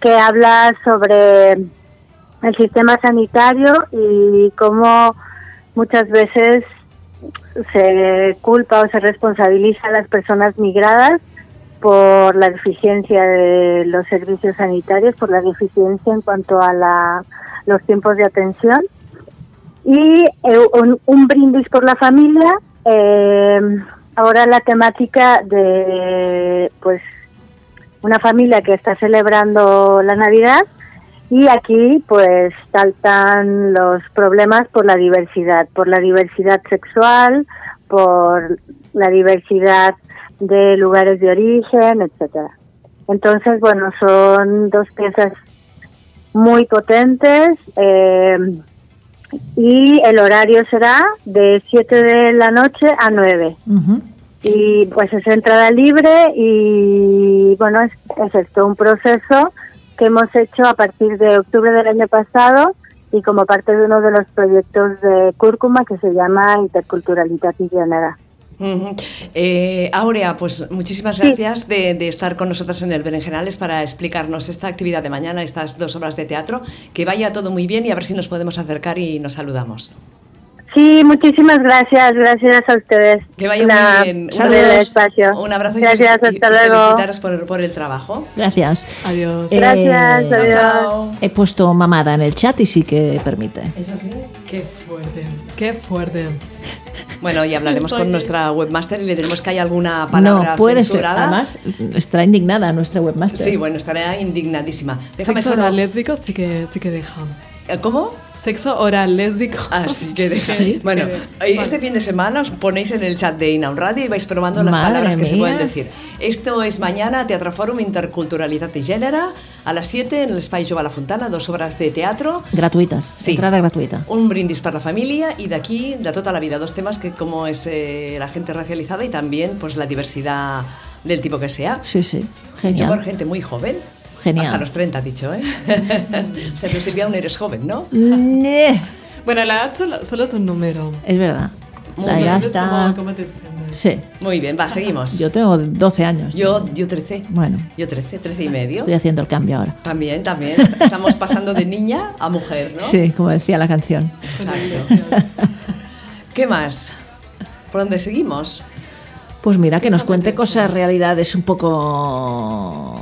S6: que habla sobre el sistema sanitario y cómo muchas veces se culpa o se responsabiliza a las personas migradas por la deficiencia de los servicios sanitarios, por la deficiencia en cuanto a la, los tiempos de atención. Y eh, un, un brindis por la familia. eh, ahora la temática de pues una familia que está celebrando la Navidad y aquí pues saltan los problemas por la diversidad, por la diversidad sexual, por la diversidad de lugares de origen, etcétera. Entonces, bueno, son dos piezas muy potentes eh, y el horario será de 7 de la noche a 9.
S2: Ujú.
S6: Y pues es entrada libre y bueno, es, es esto, un proceso que hemos hecho a partir de octubre del año pasado y como parte de uno de los proyectos de Cúrcuma que se llama Interculturalidad y Pionera.
S1: Ujú. Eh, Aurea, pues muchísimas gracias de, de estar con nosotras en el Berenjenales para explicarnos esta actividad de mañana, estas dos obras de teatro. Que vaya todo muy bien y a ver si nos podemos acercar y nos saludamos.
S6: Sí, muchísimas gracias, gracias a ustedes.
S1: Que vaya
S6: La-
S1: muy bien. Un
S6: por el
S1: abrazo-
S6: espacio.
S1: Un abrazo y
S6: Gracias,
S1: fel- y,
S6: hasta
S1: y
S6: luego.
S1: felicitaros por, por el trabajo.
S2: Gracias.
S3: Adiós.
S2: Eh,
S6: Gracias,
S2: Chao,
S6: adiós.
S1: Chao.
S2: He puesto mamada en el chat y sí que permite.
S1: Eso sí.
S3: Qué fuerte, qué fuerte.
S1: Bueno, y hablaremos con nuestra webmaster y le diremos que hay alguna
S2: No,
S1: palabra
S2: puede ser.
S1: censurada.
S2: Además, estará indignada nuestra webmaster.
S1: Sí, bueno, estará indignadísima. Déjame
S3: Sexo
S1: solo- Eh,
S3: oral lésbico sí que, sí que deja.
S1: ¿Cómo?
S3: Sexo oral lésbico.
S1: Así Ah, que deja-
S3: Sí, sí
S1: Bueno,
S3: que-
S1: eh, este fin de semana os ponéis en el chat de Inaun Radio y vais probando las
S2: Madre
S1: palabras que se
S2: mía.
S1: pueden decir. Esto es mañana, Teatro Fórum Interculturalitat i Gènere, a les 7 en l'Espai Jove a la Fontana, dos obres de teatro,
S2: Gratuitas.
S1: Sí.
S2: Entrada gratuita.
S1: un brindis per la familia y de aquí, de toda la vida, dos temas que como es eh, la gente racializada y también pues la diversidad del tipo que sea.
S2: Sí, sí.
S1: Hecho por
S2: Genial.
S1: gente muy joven.
S2: Genial.
S1: Hasta los 30, dicho, ¿eh? o sea, tú, Silvia, aún eres joven, ¿no?
S2: Ne.
S3: Bueno, la edad solo, solo es un número.
S2: Es verdad.
S1: Muy
S2: La
S1: bien.
S2: edad
S3: Es
S2: está.
S3: como- ¿Cómo te sientes?
S2: Sí.
S1: Muy bien, va, seguimos.
S2: Yo tengo 12 años.
S1: Yo, yo 13.
S2: Bueno.
S1: Yo 13, 13 y medio.
S2: Estoy haciendo el cambio ahora.
S1: También, también. Estamos pasando de niña a mujer, ¿no?
S2: Sí, como decía la canción.
S1: Exacto. ¿Qué más? ¿Por dónde seguimos?
S2: Pues mira, que nos cuente cosas, realidades un poco.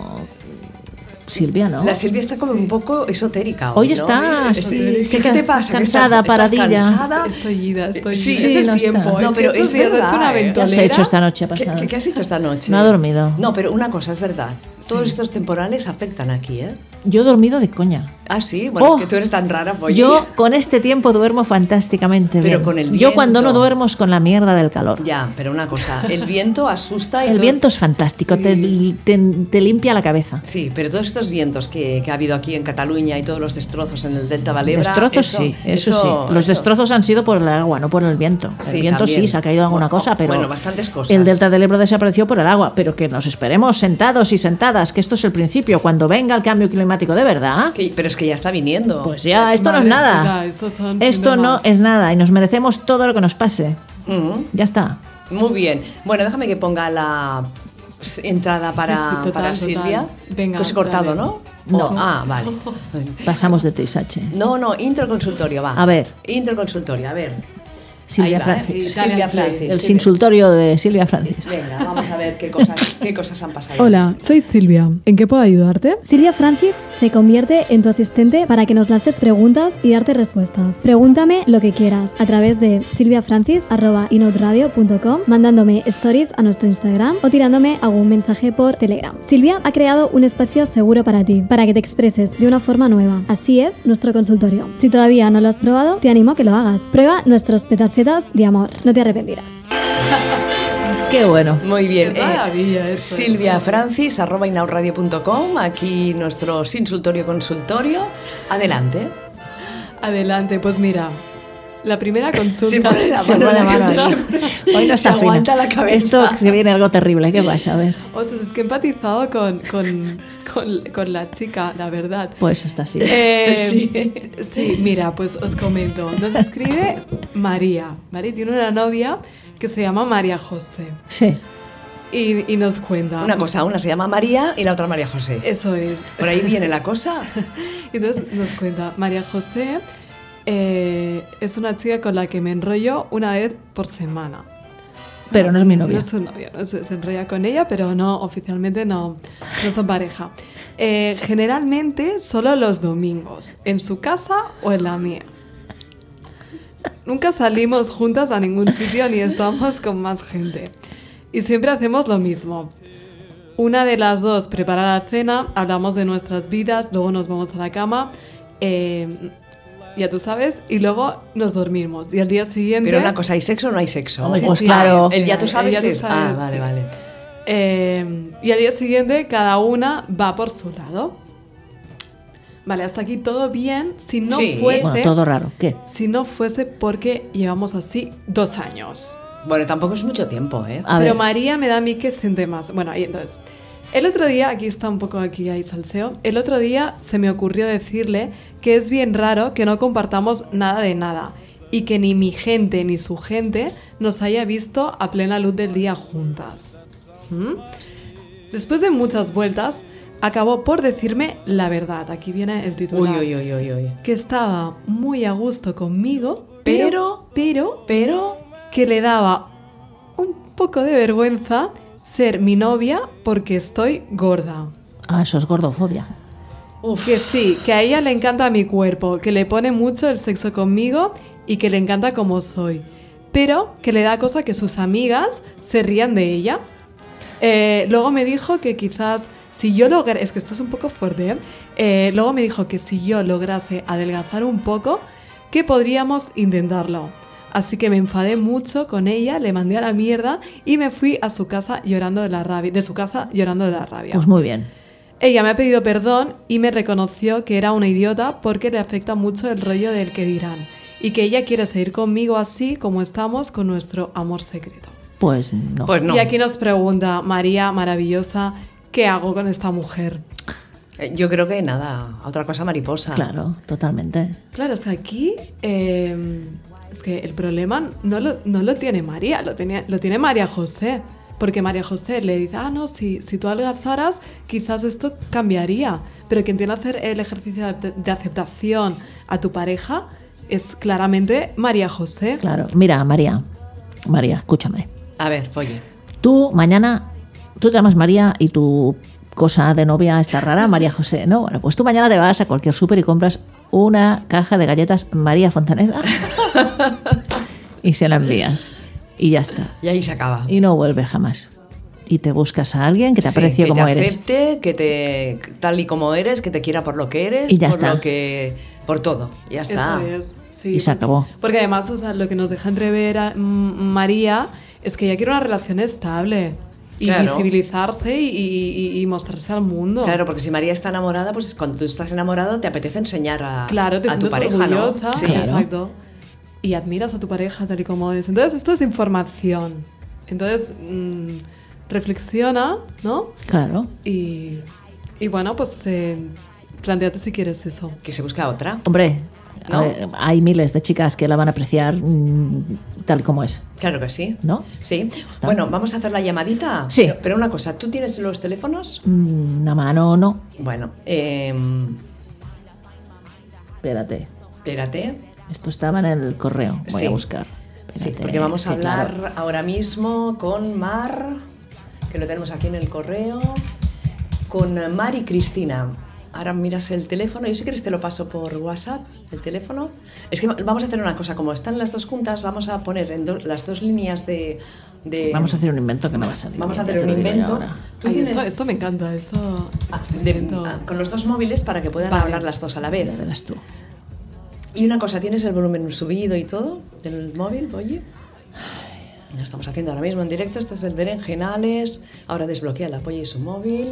S2: Silvia, ¿no?
S1: La Silvia está como un poco esotérica hoy.
S2: Hoy
S1: ¿no?
S2: está-
S1: Es-
S3: sí,
S1: ¿sí ¿Qué te
S2: estás
S1: pasa? ¿Que estás-
S2: cansada,
S1: estás
S2: paradilla.
S1: cansada?
S3: Estoy ida, estoy
S1: Sí,
S3: ida.
S1: sí,
S3: es
S2: no
S3: el
S2: está.
S3: tiempo.
S1: No, pero
S3: es que estos
S1: es
S3: días he hecho una
S1: verdad, ¿eh?
S2: ¿Qué
S3: aventura.
S2: has hecho esta noche
S1: ¿Qué,
S2: pasada?
S1: qué- qué has hecho esta noche?
S2: No ha dormido.
S1: No, pero una cosa es verdad. Todos estos temporales afectan aquí, ¿eh?
S2: Yo he dormido de coña.
S1: Ah, sí. Bueno,
S2: Oh.
S1: es que tú eres tan rara, pues Polly.
S2: Yo con este tiempo duermo fantásticamente
S1: Pero
S2: bien.
S1: con el
S2: Yo cuando no
S1: viento.
S2: duermo es con la mierda del calor.
S1: Ya, pero una cosa. El viento asusta y
S2: El
S1: tú-
S2: viento es fantástico, te, te- te limpia la cabeza.
S1: Sí, pero todos estos vientos que, que ha habido aquí en Cataluña y todos los destrozos en el Delta Valebra.
S2: destrozos
S1: eso-
S2: sí, eso, sí. Los
S1: eso-
S2: destrozos han sido por el agua, no por el viento. El
S1: Sí,
S2: viento
S1: también.
S2: sí, se ha caído alguna
S1: Bueno,
S2: cosa, pero
S1: bueno, bastantes cosas.
S2: el delta del Ebro desapareció por el agua. Pero que nos esperemos sentados y sentadas, que esto es el principio. Cuando venga el cambio climático de verdad,
S1: que- pero es que ya está viniendo.
S2: pues ya, esto no
S3: Madre
S2: es nada.
S3: santa, estos son
S2: Esto no
S3: síntomas.
S2: es nada y nos merecemos todo lo que nos pase.
S1: Ujú.
S2: Ya está.
S1: Muy bien. Bueno, déjame que ponga la s- entrada para,
S3: Sí, sí, total,
S1: para
S3: total.
S1: Silvia.
S3: Venga,
S1: Pues he cortado,
S3: dale.
S1: ¿no?
S2: No.
S1: O- ah, vale.
S2: Pasamos de Trisache.
S1: No, no, interconsultorio, va.
S2: A ver.
S1: Interconsultorio, a ver.
S2: Silvia
S1: Ahí va, ¿eh?
S2: Francis.
S1: Silvia Francis.
S2: El
S1: Silvia.
S2: insultorio de Silvia Francis.
S1: Venga, vamos a ver qué cosas, qué cosas han pasado.
S3: Hola, soy Silvia. ¿En qué puedo ayudarte?
S7: Silvia Francis se convierte en tu asistente para que nos lances preguntas y darte respuestas. Pregúntame lo que quieras a través de silviafrancis.inoutradio.com, mandándome stories a nuestro Instagram o tirándome algún mensaje por Telegram. Silvia ha creado un espacio seguro para ti, para que te expreses de una forma nueva. Así es nuestro consultorio. Si todavía no lo has probado, te animo a que lo hagas. Prueba nuestras petacetas de amor. No te arrepentirás.
S2: Qué bueno.
S1: Muy bien. eh,
S3: Qué maravilla esto.
S1: Silvia Francis, arroba inauradio.com, aquí nuestro sinsultorio consultorio. Adelante.
S3: Adelante, pues mira, la primera
S1: Se
S3: consulta.
S1: pone la
S2: Se
S1: mano
S2: pone la
S1: en la
S2: mano,
S1: cabeza.
S2: sí. Hoy no se
S1: Se
S2: afina.
S1: aguanta la cabeza.
S2: Esto se viene algo terrible. ¿Qué pasa? A ver.
S3: Ostras, es que he empatizado con, con, con, con la chica, la verdad.
S2: Pues está así.
S3: Eh,
S1: Sí.
S3: sí, mira, pues os comento. Nos escribe María. María tiene una novia que se llama María José.
S2: Sí.
S3: Y, y nos cuenta.
S1: Una cosa, una se llama María y la otra María José.
S3: Eso es.
S1: Por ahí viene la cosa.
S3: Y entonces nos cuenta, María José eh, es una chica con la que me enrollo una vez por semana.
S2: Pero no es mi
S3: No
S2: novia.
S3: es su novia, no se, se enrolla con ella, pero no, oficialmente no, no son pareja. Eh, generalmente solo los domingos, en su casa o en la mía. Nunca salimos juntas a ningún sitio ni estamos con más gente. Y siempre hacemos lo mismo. Una de las dos prepara la cena, hablamos de nuestras vidas, luego nos vamos a la cama, eh, ya tú sabes, y luego nos dormimos. Y al día siguiente...
S1: Pero una cosa, ¿hay sexo o no hay sexo?
S2: Hombre, pues claro.
S1: El ya tú
S3: El
S1: sabes.
S3: ya tú
S1: es- Ah,
S3: sabes,
S1: vale,
S3: sí.
S1: vale.
S3: Eh, y al día siguiente cada una va por su lado. Vale, hasta aquí todo bien. Si no
S1: Sí.
S3: fuese,
S2: Bueno, todo raro. ¿Qué?
S3: si no fuese porque llevamos así dos años.
S1: Bueno, tampoco es mucho tiempo, ¿eh?
S2: A
S3: Pero
S2: ver.
S3: María me da a mí que siente más. Bueno, y entonces, el otro día, aquí está un poco aquí ahí salseo, el otro día se me ocurrió decirle que es bien raro que no compartamos nada de nada y que ni mi gente ni su gente nos haya visto a plena luz del día juntas. ¿Mm? Después de muchas vueltas, acabó por decirme la verdad. Aquí viene el
S1: Uy,
S3: titular.
S1: uy, uy, uy, uy.
S3: Que estaba muy a gusto conmigo, pero, pero
S1: Pero
S3: que le daba un poco de vergüenza ser mi novia porque estoy gorda.
S2: Ah, eso es gordofobia.
S3: Que sí, que a ella le encanta mi cuerpo, que le pone mucho el sexo conmigo y que le encanta como soy. Pero que le da cosa que sus amigas se rían de ella. Eh, luego me dijo que quizás si yo lograse, es que esto es un poco fuerte, ¿eh? Eh, luego me dijo que si yo lograse adelgazar un poco, que podríamos intentarlo. Así que me enfadé mucho con ella, le mandé a la mierda y me fui a su casa llorando de la rabia, de su casa llorando de la rabia.
S2: Pues muy bien.
S3: Ella me ha pedido perdón y me reconoció que era una idiota porque le afecta mucho el rollo del que dirán y que ella quiere seguir conmigo así como estamos con nuestro amor secreto.
S2: Pues no.
S1: Pues no.
S3: Y aquí nos pregunta María Maravillosa, ¿qué hago con esta mujer?
S1: Eh, Yo creo que nada, otra cosa mariposa.
S2: Claro, totalmente.
S3: Claro, hasta aquí eh, es que el problema no lo, no lo tiene María, lo, tenía, lo tiene María José. Porque María José le dice, ah, no, si, si tú adelgazaras, quizás esto cambiaría. Pero quien tiene que hacer el ejercicio de acepta- de aceptación a tu pareja es claramente María José.
S2: Claro. Mira, María. María, escúchame.
S1: A ver, oye.
S2: Tú mañana, tú te llamas María y tu cosa de novia está rara, María José, ¿no? Bueno, pues tú mañana te vas a cualquier súper y compras una caja de galletas María Fontaneda y se la envías. Y ya está.
S1: Y ahí se acaba.
S2: Y no vuelves jamás. Y te buscas a alguien que te
S1: Sí,
S2: aprecie
S1: que
S2: como
S1: te
S2: eres.
S1: acepte, que te tal y como eres, que te quiera por lo que eres,
S2: Y ya
S1: por
S2: está.
S1: lo que por todo, ya está.
S3: Eso es, sí.
S2: Y se acabó.
S3: Porque además, o sea, lo que nos deja entrever a- m- María es que ella quiere una relación estable y
S1: Claro.
S3: visibilizarse y, y- y- y mostrarse al mundo.
S1: Claro, porque si María está enamorada, pues cuando tú estás enamorado te apetece enseñar a,
S3: Claro, te
S1: a tu
S3: sientes
S1: pareja,
S3: orgullosa.
S1: ¿no? Sí.
S2: Claro.
S3: Exacto. Y admiras a tu pareja tal y como es. Entonces, esto es información. Entonces, mm, reflexiona, ¿no?
S2: Claro.
S3: Y, y bueno, pues eh, planteate si quieres eso.
S1: Que se busca otra.
S2: Hombre, a
S1: ¿No?
S2: ver, hay miles de chicas que la van a apreciar mm, tal como es,
S1: Claro que sí.
S2: ¿no?
S1: Sí. Bueno, vamos a hacer la llamadita.
S2: Sí.
S1: Pero, pero una cosa, ¿tú tienes los teléfonos?
S2: Mm, Una mano no.
S1: Bueno, em,
S2: Espérate.
S1: espérate.
S2: Esto estaba en el correo. Voy
S1: Sí.
S2: a buscar.
S1: Sí,
S2: espérate,
S1: porque vamos a
S2: que claro.
S1: hablar ahora mismo con Mar, que lo tenemos aquí en el correo, con eh, Mar y Cristina. Ahora miras el teléfono, yo si quieres te lo paso por WhatsApp, el teléfono. Es que va- vamos a hacer una cosa, como están las dos juntas, vamos a poner en do- las dos líneas de... de-
S2: Vamos a hacer un invento que no va a salir.
S1: vamos a
S2: bien,
S1: hacer
S2: ya
S1: un
S2: te lo digo yo
S1: invento.
S2: ahora.
S1: Tú
S3: Ay,
S1: tienes-
S3: esto, esto me encanta, esto.
S1: ah,
S3: esto me
S1: de-
S3: encanta.
S1: ah, con los dos móviles para que puedan hablar las dos a la
S2: Ya
S1: vez.
S2: verás tú.
S1: Y una cosa, ¿tienes el volumen subido y todo del móvil, oye? Lo estamos haciendo ahora mismo en directo, este es el Berenjenales, ahora desbloquea el apoyo y su móvil,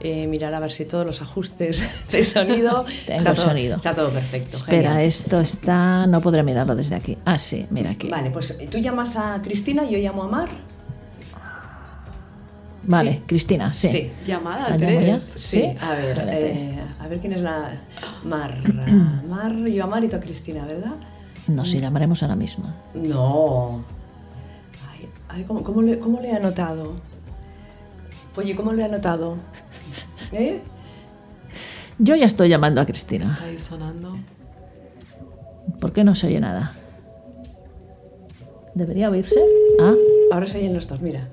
S1: eh, mirar a ver si todos los ajustes de sonido...
S2: Tengo
S1: está
S2: el
S1: todo,
S2: sonido.
S1: Está todo perfecto,
S2: Espera,
S1: genial.
S2: esto está. No podré mirarlo desde aquí. Ah, sí, mira aquí.
S1: Vale, pues tú llamas a Cristina, yo llamo a Mar.
S2: Vale,
S1: sí.
S2: Cristina, sí.
S1: Sí.
S3: Llamada
S2: ¿La llamo ya?
S3: 3.
S1: Sí,
S2: Sí.
S1: a ver,
S2: Espérate.
S1: eh, a ver quién es la... Mar, ah, Mar, yo a Mar y tú a Cristina, ¿verdad?
S2: Nos llamaremos ahora mismo.
S1: No. Ay, ay, ¿cómo, cómo le, ¿Cómo le he anotado? Oye, ¿cómo le he anotado? ¿Eh?
S2: Yo ya estoy llamando a Cristina.
S3: Está ahí sonando.
S2: ¿Por qué no se oye nada? ¿Debería oírse? Ah,
S1: Ahora se oyen los dos, mira.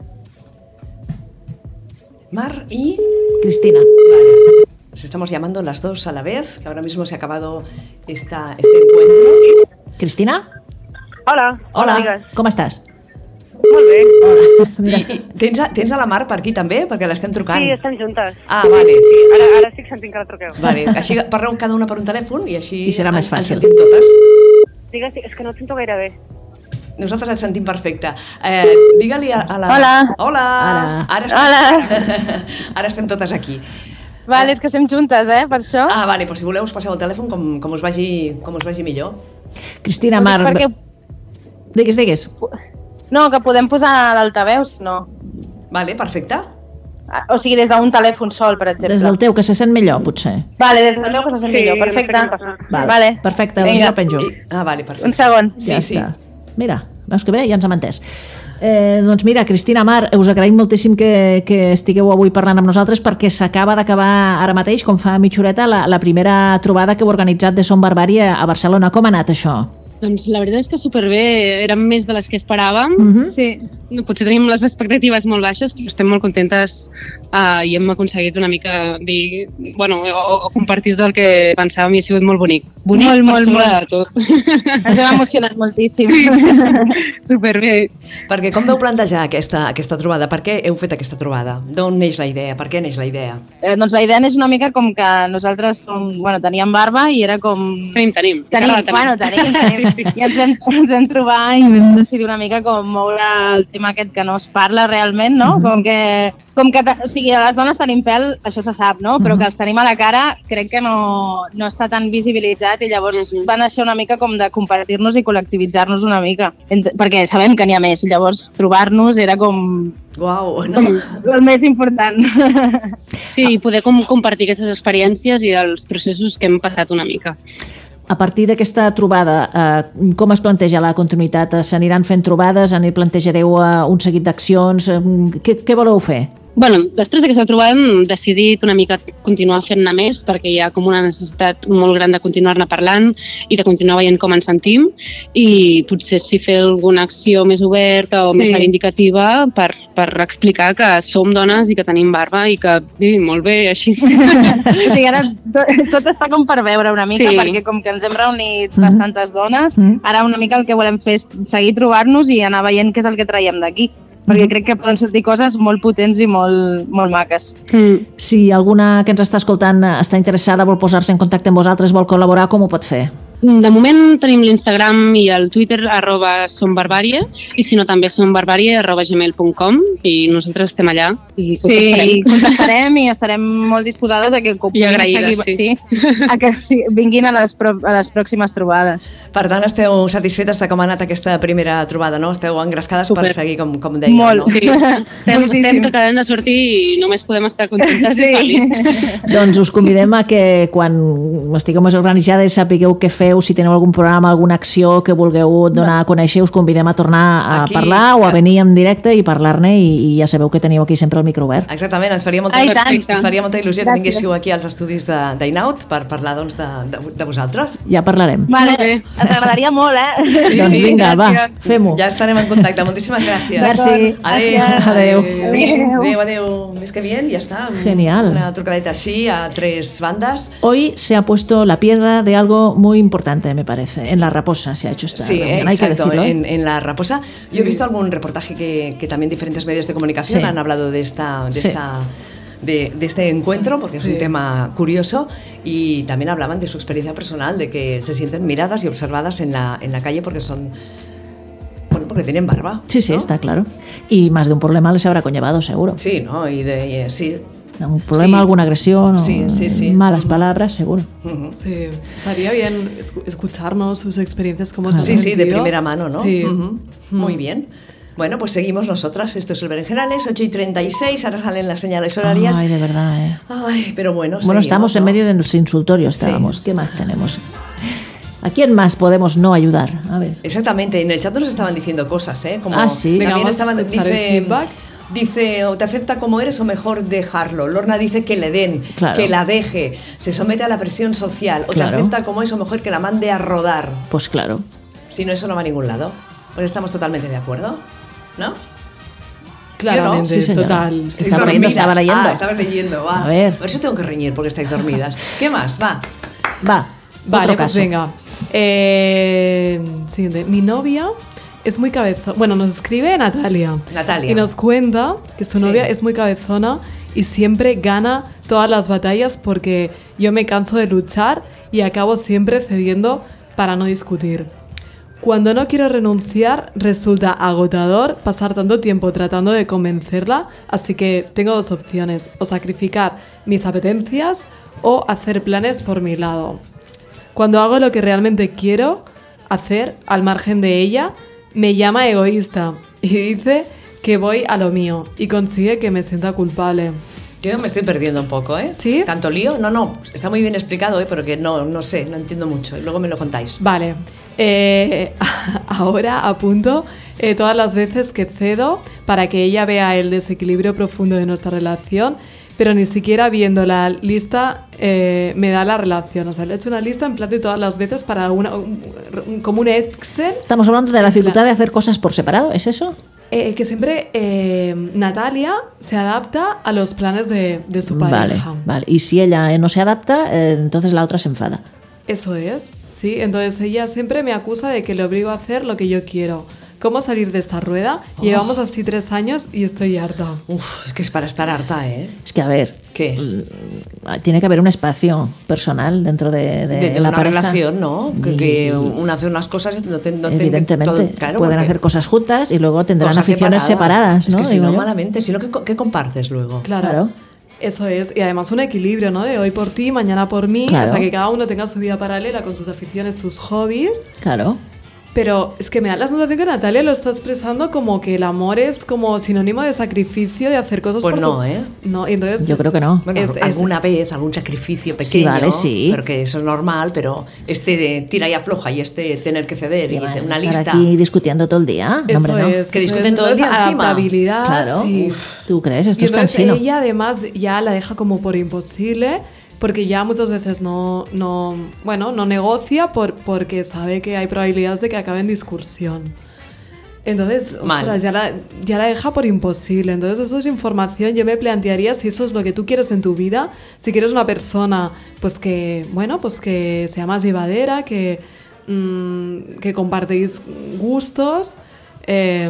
S1: Mar y...
S2: Cristina.
S1: Vale. Nos estamos llamando las dos a la vez, que ahora mismo se ha acabado esta, este encuentro.
S2: ¿Cristina?
S8: Hola.
S2: Hola,
S8: amigues.
S2: ¿cómo estás?
S8: Molt bé.
S2: Mira,
S1: I, i tens, a, tens a la Mar per aquí també? Perquè l'estem trucant.
S8: Sí, estem juntes.
S1: Ah, vale.
S8: Sí, ara, ara estic sentint que la truqueu.
S1: Vale, així parleu cada una per un telèfon i així
S2: I serà més
S1: ens- ens
S2: fàcil.
S1: sentim totes.
S8: Digues, és que no et sento gaire bé.
S1: Nosaltres et sentim perfecte. Eh, Digue-li a, a la...
S9: Hola.
S1: Hola.
S2: Ara.
S1: Ara,
S9: Hola.
S1: Ara estem totes aquí.
S9: Vale, és que estem juntes, eh, per això.
S1: Ah, vale, doncs si voleu us passeu el telèfon com, com, us, vagi, com us vagi millor.
S2: Cristina Mar.
S9: Perquè,
S2: Digues, digues.
S9: no, que podem posar l'altaveu, si no.
S1: Vale, perfecte.
S9: Ah, O sigui, des d'un telèfon sol, per exemple.
S2: Des del teu, que se sent millor, potser.
S9: Vale, des del meu que se sent
S8: Sí,
S9: millor,
S8: no sé
S9: perfecte.
S8: què passa.
S2: Vale,
S9: vale.
S2: perfecte, doncs
S9: Vinga,
S2: la penjo.
S1: I- Ah, vale, perfecte.
S9: un segon.
S1: Sí,
S2: ja
S1: sí.
S2: està. Mira, veus que bé, ja ens hem entès. Eh, doncs mira, Cristina Mar, us agraïm moltíssim que, que estigueu avui parlant amb nosaltres perquè s'acaba d'acabar ara mateix, com fa mitja horeta, la, la primera trobada que heu organitzat de Som Barbària a Barcelona. Com ha anat això?
S10: Doncs la veritat és que superbé, érem més de les que esperàvem.
S2: Mhm.
S10: Sí. No, potser tenim les expectatives molt baixes, però estem molt contentes uh, i hem aconseguit una mica dir, bueno, o, o compartir tot el que pensàvem i ha sigut molt bonic. Bonic
S9: Molt,
S10: per
S9: molt,
S10: sobre
S9: molt.
S10: de tot.
S9: Ens hem emocionat moltíssim.
S10: Sí. superbé.
S1: Perquè com veu plantejar aquesta, aquesta trobada? Per què heu fet aquesta trobada? D'on neix la idea? Per què neix la idea?
S9: Eh, doncs la idea és una mica com que nosaltres com, bueno, teníem barba i era com...
S10: Tenim, tenim.
S9: Tenim,
S10: Encara la
S9: bueno, tenim, tenim.
S10: Sí, sí.
S9: I ens vam, ens vam trobar i vam decidir una mica com moure el tema aquest que no es parla realment, no?
S10: Mhm.
S9: Com que, com que te- o sigui, a les dones tenim pèl, això se sap, no?
S10: Mhm.
S9: Però que els tenim a la cara crec que no, no està tan visibilitzat i llavors
S10: Mhm.
S9: va néixer una mica com de compartir-nos i col·lectivitzar-nos una mica. Ent- perquè sabem que n'hi ha més, llavors trobar-nos era com
S1: Guau, no?
S9: el més important.
S10: Sí,
S9: Ah.
S10: i poder com compartir aquestes experiències i els processos que hem passat una mica.
S2: A partir d'aquesta trobada, eh, com es planteja la continuïtat? Eh, S'aniran fent trobades, en plantejareu eh, un seguit d'accions? Eh, Què, què voleu fer?
S10: bueno, després d'aquesta trobada hem decidit una mica continuar fent-ne més perquè hi ha com una necessitat molt gran de continuar-ne parlant i de continuar veient com ens sentim i potser si fer alguna acció més oberta o sí.
S9: Sí.
S10: més reivindicativa per, per explicar que som dones i que tenim barba i que vivim molt bé així.
S9: o sigui, ara tot, tot està com per veure una mica, sí.
S10: Sí. Mm-hmm.
S9: perquè com que ens hem reunit
S2: Mhm.
S9: bastantes dones,
S2: Mhm.
S9: ara una mica el que volem fer és seguir trobar-nos i anar veient què és el que traiem d'aquí, perquè
S2: Mhm.
S10: Mm-hmm.
S9: crec que poden sortir coses molt potents i molt, molt maques.
S10: Mm.
S2: Si alguna que ens està escoltant eh, està interessada, vol posar-se en contacte amb vosaltres, vol col·laborar, com ho pot fer?
S10: De moment tenim l'Instagram i el Twitter arroba sombarbària i si no també sombarbària arroba gmail.com i nosaltres estem allà i
S9: Sí,
S10: contestarem.
S9: i contactarem i estarem molt disposades a que
S10: I agraïdes,
S9: sí. sí. a que sí, vinguin a les, pro, a les pròximes trobades.
S1: Per tant, esteu satisfetes de com ha anat aquesta primera trobada, no? Esteu engrescades Super. per
S10: Super.
S1: seguir, com, com dèiem,
S9: Molt,
S1: no?
S10: Sí, estem, estem
S9: Moltíssim.
S10: que acabem de sortir i només podem estar contentes
S9: Sí.
S10: i felices.
S2: Doncs us convidem a que quan estigueu més organitzades sapigueu què fer vulgueu, si teniu algun programa, alguna acció que vulgueu donar a conèixer, us convidem a tornar a
S1: Aquí.
S2: parlar o a venir en directe i parlar-ne i, i ja sabeu que teniu aquí sempre el micro obert.
S1: Exactament, ens faria molta,
S2: Ai, Ah, tant.
S1: ens faria molta il·lusió que
S2: Gràcies.
S1: vinguéssiu aquí als estudis de- d'Ainaut per parlar doncs, de, de, de vosaltres.
S2: Ja parlarem.
S9: Vale, ens agradaria molt, eh?
S2: doncs vinga, va, fem-ho.
S1: Ja estarem en contacte. Moltíssimes gràcies.
S2: Merci.
S1: Adéu.
S2: Adéu.
S1: Adéu. Adéu, adéu. Més que bien, ja està.
S2: Genial.
S1: Una trucadeta així a tres bandes.
S2: Hoy se ha puesto la piedra de algo muy importante, me parece. En la raposa se ha hecho esta
S1: Sí,
S2: reunión, hay que
S1: exacto,
S2: decirlo. ¿eh?
S1: en, en La Raposa. Yo he visto algún reportaje que, que también diferentes medios de comunicación
S2: Sí.
S1: han hablado de esta... De
S2: Sí.
S1: esta de, de este encuentro, porque es
S2: Sí.
S1: un tema curioso, y también hablaban de su experiencia personal, de que se sienten miradas y observadas en la, en la calle porque son. Bueno, porque tienen barba.
S2: Sí, sí, está claro. Y más de un problema les habrá conllevado, seguro.
S1: Sí, ¿no? Y de. y, eh, sí.
S2: Un problema,
S1: Sí.
S2: alguna agresión, o
S1: Sí, sí, sí. Mm.
S2: malas palabras, seguro.
S3: Sí, estaría bien escu- escucharnos sus experiencias, cómo se
S1: Sí,
S3: han
S1: sí, de
S3: sentido.
S1: primera mano, ¿no?
S3: Sí.
S1: Ujú. Muy bien. Bueno, pues seguimos nosotras. Esto es el Berenjenales, 8 y 36. Ahora salen las señales horarias.
S2: Ay, de verdad, ¿eh?
S1: Ay, pero bueno.
S2: Bueno,
S1: seguimos,
S2: estamos en
S1: ¿no?
S2: medio del insultorio, estábamos. ¿Qué más tenemos? ¿A quién más podemos no ayudar? A ver.
S1: Exactamente, en el chat nos estaban diciendo cosas, ¿eh? Como
S2: Ah, sí. Venga,
S1: También
S2: vamos a
S1: estaban,
S2: escuchar el
S1: dice,
S2: feedback.
S1: dice, o te acepta como eres o mejor dejarlo. Lorna dice que le den,
S2: Claro.
S1: que la deje, se somete a la presión social, o
S2: Claro.
S1: te acepta como es o mejor que la mande a rodar.
S2: Pues claro.
S1: Si no, eso no va a ningún lado. Pues estamos totalmente de acuerdo, ¿no?
S2: Claramente,
S1: ¿Sí o no?
S2: Sí, señora. total. Estaba leyendo, estaba leyendo.
S1: Ah, estabas leyendo, va.
S2: A ver.
S1: Por eso tengo que reñir, porque estáis dormidas. ¿Qué más? Va.
S2: Va.
S3: Vale,
S2: otro
S3: pues
S2: caso.
S3: venga. Eh, siguiente. Mi novia es muy cabezona. Bueno, nos escribe Natalia.
S1: Natalia.
S3: Y nos cuenta que su
S1: Sí.
S3: novia es muy cabezona y siempre gana todas las batallas porque yo me canso de luchar y acabo siempre cediendo para no discutir. Cuando no quiero renunciar, resulta agotador pasar tanto tiempo tratando de convencerla, así que tengo dos opciones, o sacrificar mis apetencias o hacer planes por mi lado. Cuando hago lo que realmente quiero hacer al margen de ella, me llama egoísta y dice que voy a lo mío y consigue que me sienta culpable.
S1: Yo me estoy perdiendo un poco, ¿eh? ¿Sí? ¿Tanto lío? No, no, está muy bien explicado, ¿eh? Pero que no, no sé, no entiendo mucho. Luego me lo contáis.
S3: Vale. Eh, ahora apunto eh, todas las veces que cedo para que ella vea el desequilibrio profundo de nuestra relación, pero ni siquiera viendo la lista eh, me da la relación. O sea, le he hecho una lista en plan de todas las veces para una, un- un- como un Excel
S2: Estamos hablando de la dificultad de hacer cosas por separado, ¿es eso?
S3: Eh, que siempre eh, Natalia se adapta a los planes de, de su
S2: Vale,
S3: pareja.
S2: vale. Y si ella eh, no se adapta, eh, entonces la otra se enfada.
S3: Eso es, sí. Entonces ella siempre me acusa de que le obligo a hacer lo que yo quiero. ¿Cómo salir de esta rueda?
S2: Ah.
S1: Oh.
S3: Llevamos así tres años y estoy harta.
S1: Uf, es que es para estar harta, ¿eh?
S2: Es que, a ver, Eh,
S1: ¿Qué?
S2: tiene que haber un espacio personal dentro de, de
S1: De, de
S2: la
S1: una
S2: pareja.
S1: relación, ¿no? Que,
S2: Y-
S1: que uno hace unas cosas y no, te, no te-
S2: Evidentemente,
S1: todo- claro,
S2: pueden
S1: porque
S2: hacer cosas juntas y luego tendrán
S1: cosas
S2: aficiones separadas,
S1: Es
S2: ¿no?
S1: que si
S2: Digo
S1: no,
S2: yo.
S1: malamente, si no, ¿qué, co- qué compartes luego?
S3: Claro. Eso es. Y además un equilibrio, ¿no? De hoy por ti, mañana por mí.
S2: Claro.
S3: O sea, que cada uno tenga su vida paralela con sus aficiones, sus hobbies.
S2: Claro.
S3: Pero es que me da la sensación que Natalia lo está expresando como que el amor es como sinónimo de sacrificio, de hacer cosas
S1: Pues
S3: por
S1: no,
S3: tu-
S1: ¿eh?
S3: No, y entonces
S2: Yo
S3: es-
S2: creo que no.
S1: Bueno,
S3: es- es-
S1: alguna vez, algún sacrificio pequeño,
S2: vale, sí.
S1: pero que eso es normal, pero este de tira y afloja y este tener que ceder y
S2: Vas a
S1: una
S2: estar
S1: lista.
S2: aquí discutiendo todo el día.
S3: Eso
S2: hombre, no.
S3: es.
S1: Que
S3: eso
S1: discuten
S3: es.
S1: todo el día
S3: Entonces,
S1: encima.
S3: Adaptabilidad.
S1: Ah,
S2: Claro.
S3: sí.
S2: Uf, ¿Tú crees? Esto
S3: Y
S2: es
S3: entonces
S2: cansino.
S3: ella además ya la deja como por imposible porque ya muchas veces no, no bueno, no negocia por, porque sabe que hay probabilidades de que acabe en discusión. Entonces,
S1: Mal.
S3: ostras, ya la, ya la deja por imposible. Entonces, eso es información. Yo me plantearía si eso es lo que tú quieres en tu vida. Si quieres una persona, pues que, bueno, pues que sea más llevadera, que, mm, que compartéis gustos eh,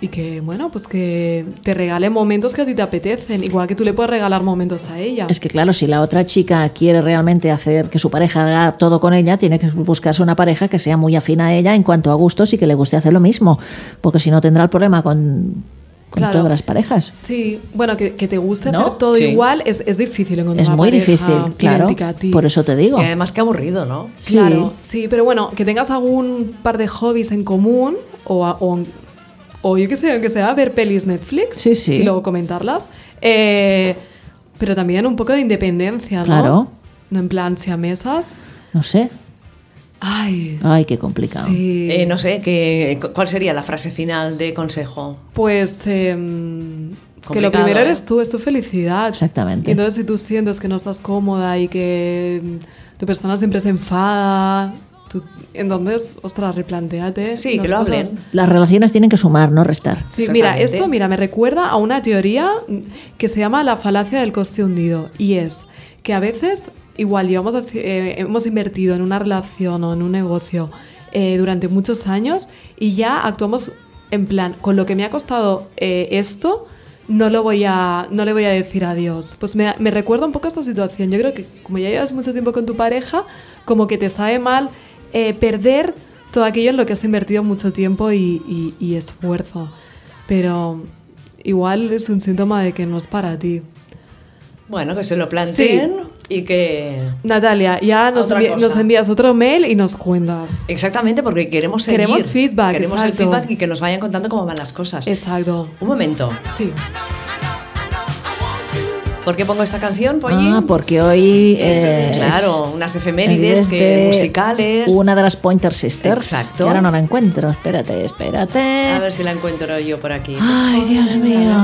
S3: y que, bueno, pues que te regale momentos que a ti te apetecen. Igual que tú le puedes regalar momentos a ella.
S2: Es que claro, si la otra chica quiere realmente hacer que su pareja haga todo con ella, tiene que buscarse una pareja que sea muy afín a ella en cuanto a gustos y que le guste hacer lo mismo, porque si no tendrá el problema con, con
S3: Claro.
S2: todas las parejas.
S3: Sí, bueno, que, que te guste
S2: ¿No?
S3: hacer todo
S2: Sí.
S3: igual es, es difícil encontrar
S2: Es
S3: una
S2: muy
S3: pareja
S2: difícil, claro.
S3: idéntica a ti.
S2: Por eso te digo.
S1: Y además, qué aburrido, ¿no?
S2: Sí.
S3: Claro, sí, pero bueno, que tengas algún par de hobbies en común o, a- o, o yo qué sé, aunque sea ver pelis Netflix
S2: Sí, sí.
S3: y luego comentarlas. Eh, pero también un poco de independencia, ¿no?
S2: Claro.
S3: No en plan, si a mesas.
S2: No sé.
S3: Ay,
S2: Ay, qué complicado.
S3: sí.
S1: Eh, Ah, no sé, que, ¿cuál sería la frase final de consejo?
S3: Pues eh, que lo
S1: Complicado,
S3: primero
S1: ¿eh?
S3: eres tú, es tu felicidad.
S2: Exactamente.
S3: Y entonces si tú sientes que no estás cómoda y que mm, tu persona siempre se enfada, tú- entonces, ostras, replanteate.
S1: Sí, que
S3: las
S1: lo
S3: cosas.
S1: hablen.
S2: Las relaciones tienen que sumar, no restar.
S3: Sí, mira,
S1: Exactamente.
S3: esto mira, me recuerda a una teoría mm, que se llama la falacia del coste hundido y es que a veces igual llevamos, haci- eh, hemos invertido en una relación o en un negocio eh, durante muchos años y ya actuamos en plan, con lo que me ha costado eh, esto, no, lo voy a, no le voy a decir adiós. Pues me, me recuerda un poco esta situación. Yo creo que como ya llevas mucho tiempo con tu pareja, como que te sabe mal eh, perder todo aquello en lo que has invertido mucho tiempo y, y- y esfuerzo. Pero igual es un síntoma de que no es para ti.
S1: Bueno, que se lo planteen y que...
S3: Natalia, ya nos,
S1: Otra
S3: envi-
S1: cosa.
S3: nos envías otro mail y nos cuentas.
S1: Exactamente, porque queremos seguir.
S3: Queremos feedback,
S1: Queremos
S3: exacto.
S1: el feedback y que nos vayan contando cómo van las cosas.
S3: Exacto.
S1: Un momento.
S3: Sí.
S1: ¿Por qué pongo esta canción, Polly?
S2: Ah, porque hoy
S1: Es,
S2: eh,
S1: claro,
S2: es-
S1: unas efemérides que,
S2: de
S1: musicales.
S2: Una de las Pointer Sisters.
S1: Exacto.
S2: que ahora no la encuentro. Espérate, espérate.
S1: A ver si la encuentro yo por aquí.
S2: Ay, Dios mío.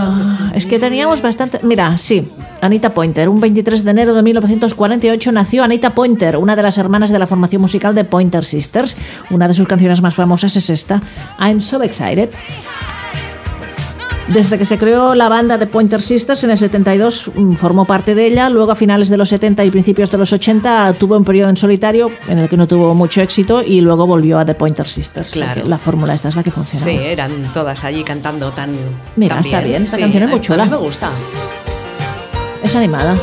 S2: Es que teníamos bastante. Mira, sí, Anita Pointer. Un 23 de enero de 1948 nació Anita Pointer, una de las hermanas de la formación musical de Pointer Sisters. Una de sus canciones más famosas es esta, I'm So Excited. Desde que se creó la banda de Pointer Sisters en el 72 mm, formó parte de ella, luego a finales de los 70 y principios de los 80 tuvo un periodo en solitario en el que no tuvo mucho éxito y luego volvió a The Pointer Sisters.
S1: Claro.
S2: porque La fórmula esta es la que funciona.
S1: Sí, eran todas allí cantando tan.
S2: Mira,
S1: tan
S2: está bien, esta
S1: Sí,
S2: canción es muy
S1: a-
S2: chula.
S1: A mí me gusta.
S2: Es animada.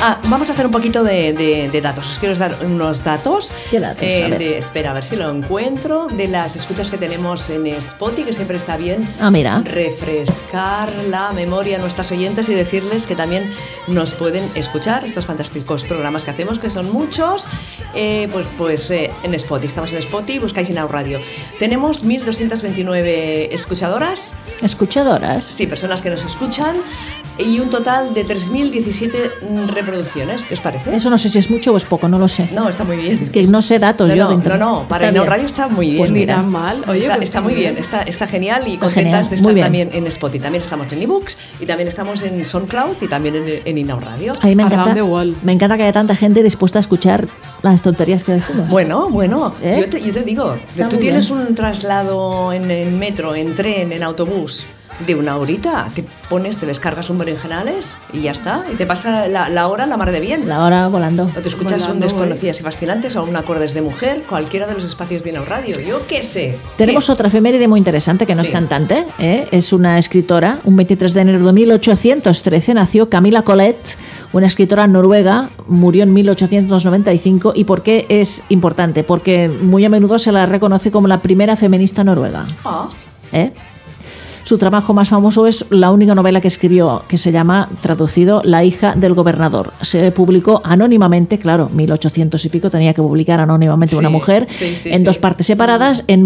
S1: Ah, vamos a hacer un poquito de, de- de datos. Os quiero dar unos datos.
S2: ¿Qué datos?
S1: eh,
S2: A ver.
S1: de- espera, a ver si lo encuentro. De las escuchas que tenemos en Spotify, que siempre está bien
S2: Ah, mira.
S1: refrescar la memoria a nuestras oyentes y decirles que también nos pueden escuchar estos fantásticos programas que hacemos, que son muchos, eh, pues, pues eh, en Spotify. Estamos en Spotify, buscáis en Au Radio. Tenemos 1.229 escuchadoras.
S2: Escuchadoras.
S1: Sí, personas que nos escuchan y un total de 3.017 reproducciones. ¿Qué os parece?
S2: Eso no sé si es mucho o es poco, no lo sé.
S1: No, está muy bien.
S2: Es que no sé datos
S1: No,
S2: yo
S1: no,
S2: de internet.
S1: no, no, para
S2: Está
S1: Ino
S2: bien.
S1: Radio está muy bien.
S2: Pues
S3: Ni
S2: mira.
S3: tan mal. Oye,
S1: está,
S3: pues
S1: está
S3: sí,
S1: muy bien, está, está genial y
S2: Está genial,
S1: contentas de
S2: muy
S1: estar
S2: bien.
S1: también en Spotify. También estamos en eBooks y también estamos en SoundCloud y también en, en Inau Radio.
S2: A mí me
S3: Around
S2: encanta,
S3: the world.
S2: me encanta que haya tanta gente dispuesta a escuchar las tonterías que decimos.
S1: Bueno, bueno,
S2: ¿Eh?
S1: yo, te, yo te digo,
S2: Está
S1: tú
S2: muy
S1: tienes
S2: bien.
S1: un traslado en, en metro, en tren, en autobús de una horita, te pones, te descargas un berenjenales y ya está, y te pasa la, la hora la mar de bien.
S2: La hora volando.
S1: O te escuchas
S3: Volando,
S1: un Desconocidas y Fascinantes o un Acordes de Mujer, cualquiera de los espacios de Inau Radio, yo qué sé.
S2: Tenemos
S1: ¿Qué?
S2: otra efeméride muy interesante que no es
S1: Sí.
S2: cantante, ¿eh? es una escritora. Un 23 de enero de 1813 nació Camila Colette, una escritora noruega, murió en 1895. ¿Y por qué es importante? Porque muy a menudo se la reconoce como la primera feminista noruega.
S1: Ah,
S2: ¿eh? Su trabajo más famoso es la única novela que escribió, que se llama, traducido, La hija del gobernador. Se publicó anónimamente, claro, 1800 y pico tenía que publicar anónimamente una
S1: Sí,
S2: mujer,
S1: sí, sí,
S2: en
S1: sí.
S2: dos partes
S1: Mm.
S2: separadas, en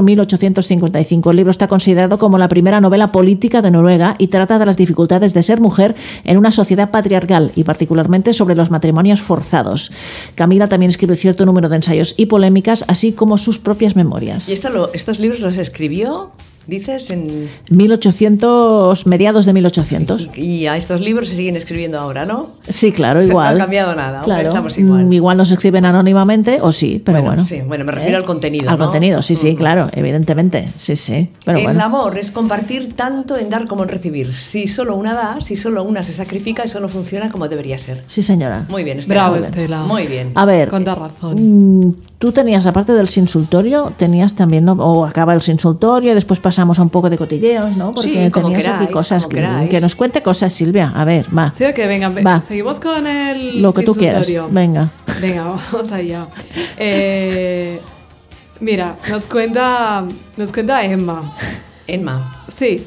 S2: 1854-1855. El libro está considerado como la primera novela política de Noruega y trata de las dificultades de ser mujer en una sociedad patriarcal y particularmente sobre los matrimonios forzados. Camila también escribió cierto número de ensayos y polémicas, así como sus propias memorias.
S1: ¿Y esto lo- estos libros los escribió, dices, en,
S2: 1800, mediados de 1800.
S1: y a estos libros se siguen escribiendo ahora, ¿no?
S2: Sí, claro,
S1: O sea, no
S2: igual.
S1: ha cambiado nada, aún
S2: Claro,
S1: estamos igual.
S2: mm, Igual nos escriben anónimamente o sí, pero bueno. ¿Eh?
S1: Bueno, sí, bueno, me refiero al contenido,
S2: Al
S1: ¿no?
S2: contenido, sí, sí,
S1: Mm.
S2: claro, evidentemente. Sí, sí. Pero
S1: el
S2: bueno.
S1: amor es compartir tanto en dar como en recibir. Si solo una da, si solo una se sacrifica, eso no funciona como debería ser.
S2: Sí, señora.
S1: Muy bien, Estela.
S3: Bravo,
S1: Muy bien.
S3: Estela.
S1: Muy bien.
S2: A ver.
S3: Con toda razón.
S2: mm, Tú tenías, aparte del sinsultorio, tenías también, ¿no? o acaba el sinsultorio y después pasamos a un poco de cotilleos, ¿no? Porque
S1: Sí, como
S2: tenías aquí
S1: queráis,
S2: cosas
S1: como
S2: que,
S1: queráis.
S2: que nos cuente cosas, Silvia. A ver, va.
S3: Sí, ok, venga, ve-
S2: Va.
S3: seguimos con el
S2: Lo que tú quieras.
S3: consultorio.
S2: Venga.
S3: Venga, vamos allá. Eh, mira, nos cuenta, nos cuenta Emma.
S1: Enma.
S3: Sí.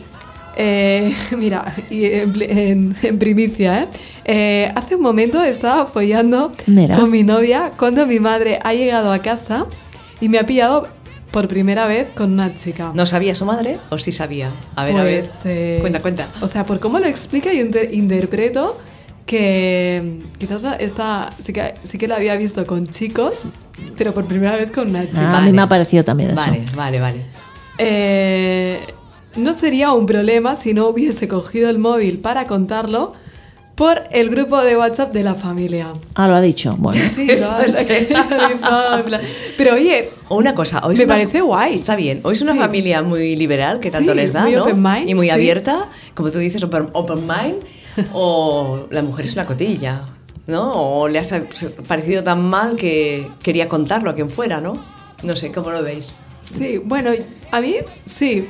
S3: Eh, mira, y en, pli- en- en primicia, ¿eh? Eh, Hace un momento estaba follando
S2: Mira.
S3: con mi novia cuando mi madre ha llegado a casa y me ha pillado por primera vez con una chica.
S1: ¿No sabía su madre o sí sabía? A ver,
S3: Pues,
S1: a ver.
S3: eh,
S1: cuenta, cuenta.
S3: O sea, por cómo lo explica, yo inter- interpreto que mm, quizás esta sí que, sí que la había visto con chicos, pero por primera vez con una chica.
S2: Ah, A mí me ha parecido también eso.
S1: Vale, vale, vale.
S3: Eh, no sería un problema si no hubiese cogido el móvil para contarlo por el grupo de WhatsApp de la familia.
S2: Ah, lo ha dicho. Bueno.
S3: Sí, lo- sí, lo- lo- Pero oye,
S1: O Una cosa, hoy es
S3: Me
S1: una-
S3: parece guay.
S1: Está bien. Hoy es una
S3: Sí.
S1: familia muy liberal que tanto
S3: Sí,
S1: les da,
S3: muy
S1: ¿no?
S3: open mind,
S1: y muy
S3: sí.
S1: abierta, como tú dices, open, open mind. o la mujer es una cotilla, ¿no? O le ha sa- parecido tan mal que quería contarlo a quien fuera, ¿no? No sé, ¿cómo lo veis?
S3: sí, bueno, a mí sí.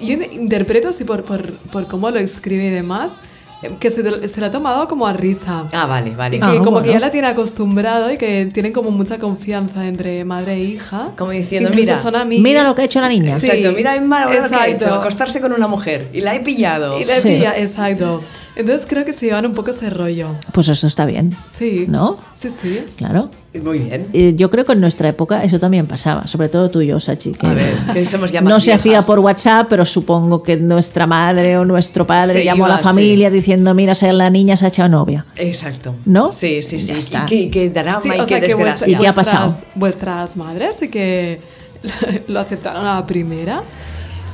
S3: Yo in- interpreto así por, por, por cómo lo escribe y demás, eh, que se, lo- se la ha tomado como a risa.
S1: Ah, vale, vale.
S3: Y que
S2: Ah,
S3: como que ya
S2: bueno.
S3: la tiene acostumbrado y que tienen como mucha confianza entre madre e hija.
S1: Como diciendo,
S3: Incluso
S1: mira,
S3: son amigas.
S2: Mira lo que ha hecho la niña.
S3: Sí.
S1: Exacto, mira, es maravilloso que ha
S3: exacto.
S1: hecho, acostarse con una mujer. Y la he pillado.
S3: Y la
S2: Sí.
S3: pilla, exacto. Entonces creo que se llevan un poco ese rollo.
S2: Pues eso está bien.
S3: Sí.
S2: ¿No?
S3: Sí, sí.
S2: Claro.
S1: Muy bien.
S2: Eh, Yo creo que en nuestra época eso también pasaba, sobre todo tú y yo, Sachi. que-
S1: A ver, que somos ya más
S2: no se
S1: viejas.
S2: hacía por WhatsApp, pero supongo que nuestra madre o nuestro padre
S1: Se
S2: llamó a
S1: iba,
S2: la familia diciendo, mira, se- la niña se ha echado novia.
S1: Exacto.
S2: ¿no?
S1: Sí, sí, sí.
S2: Ya
S1: Y
S2: está.
S1: que, y que drama
S3: Sí,
S1: y
S3: o
S1: que
S3: sea que vuestra-
S1: desgracia.
S2: ¿Y qué ha
S3: vuestras-
S2: pasado?
S3: Vuestras madres sí que lo aceptaron a la primera.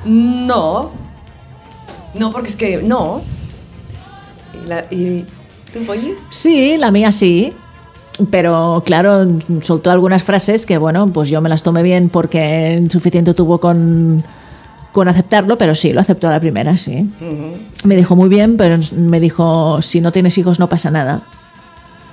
S1: No. No, porque es que no. Y la- y- ¿Tú, Polly?
S2: Sí, la mía sí. Pero claro, soltó algunas frases que, bueno, pues yo me las tomé bien porque suficiente tuvo con, con aceptarlo, pero sí, lo aceptó a la primera, sí. Me dijo muy bien, pero me dijo, si no tienes hijos no pasa nada.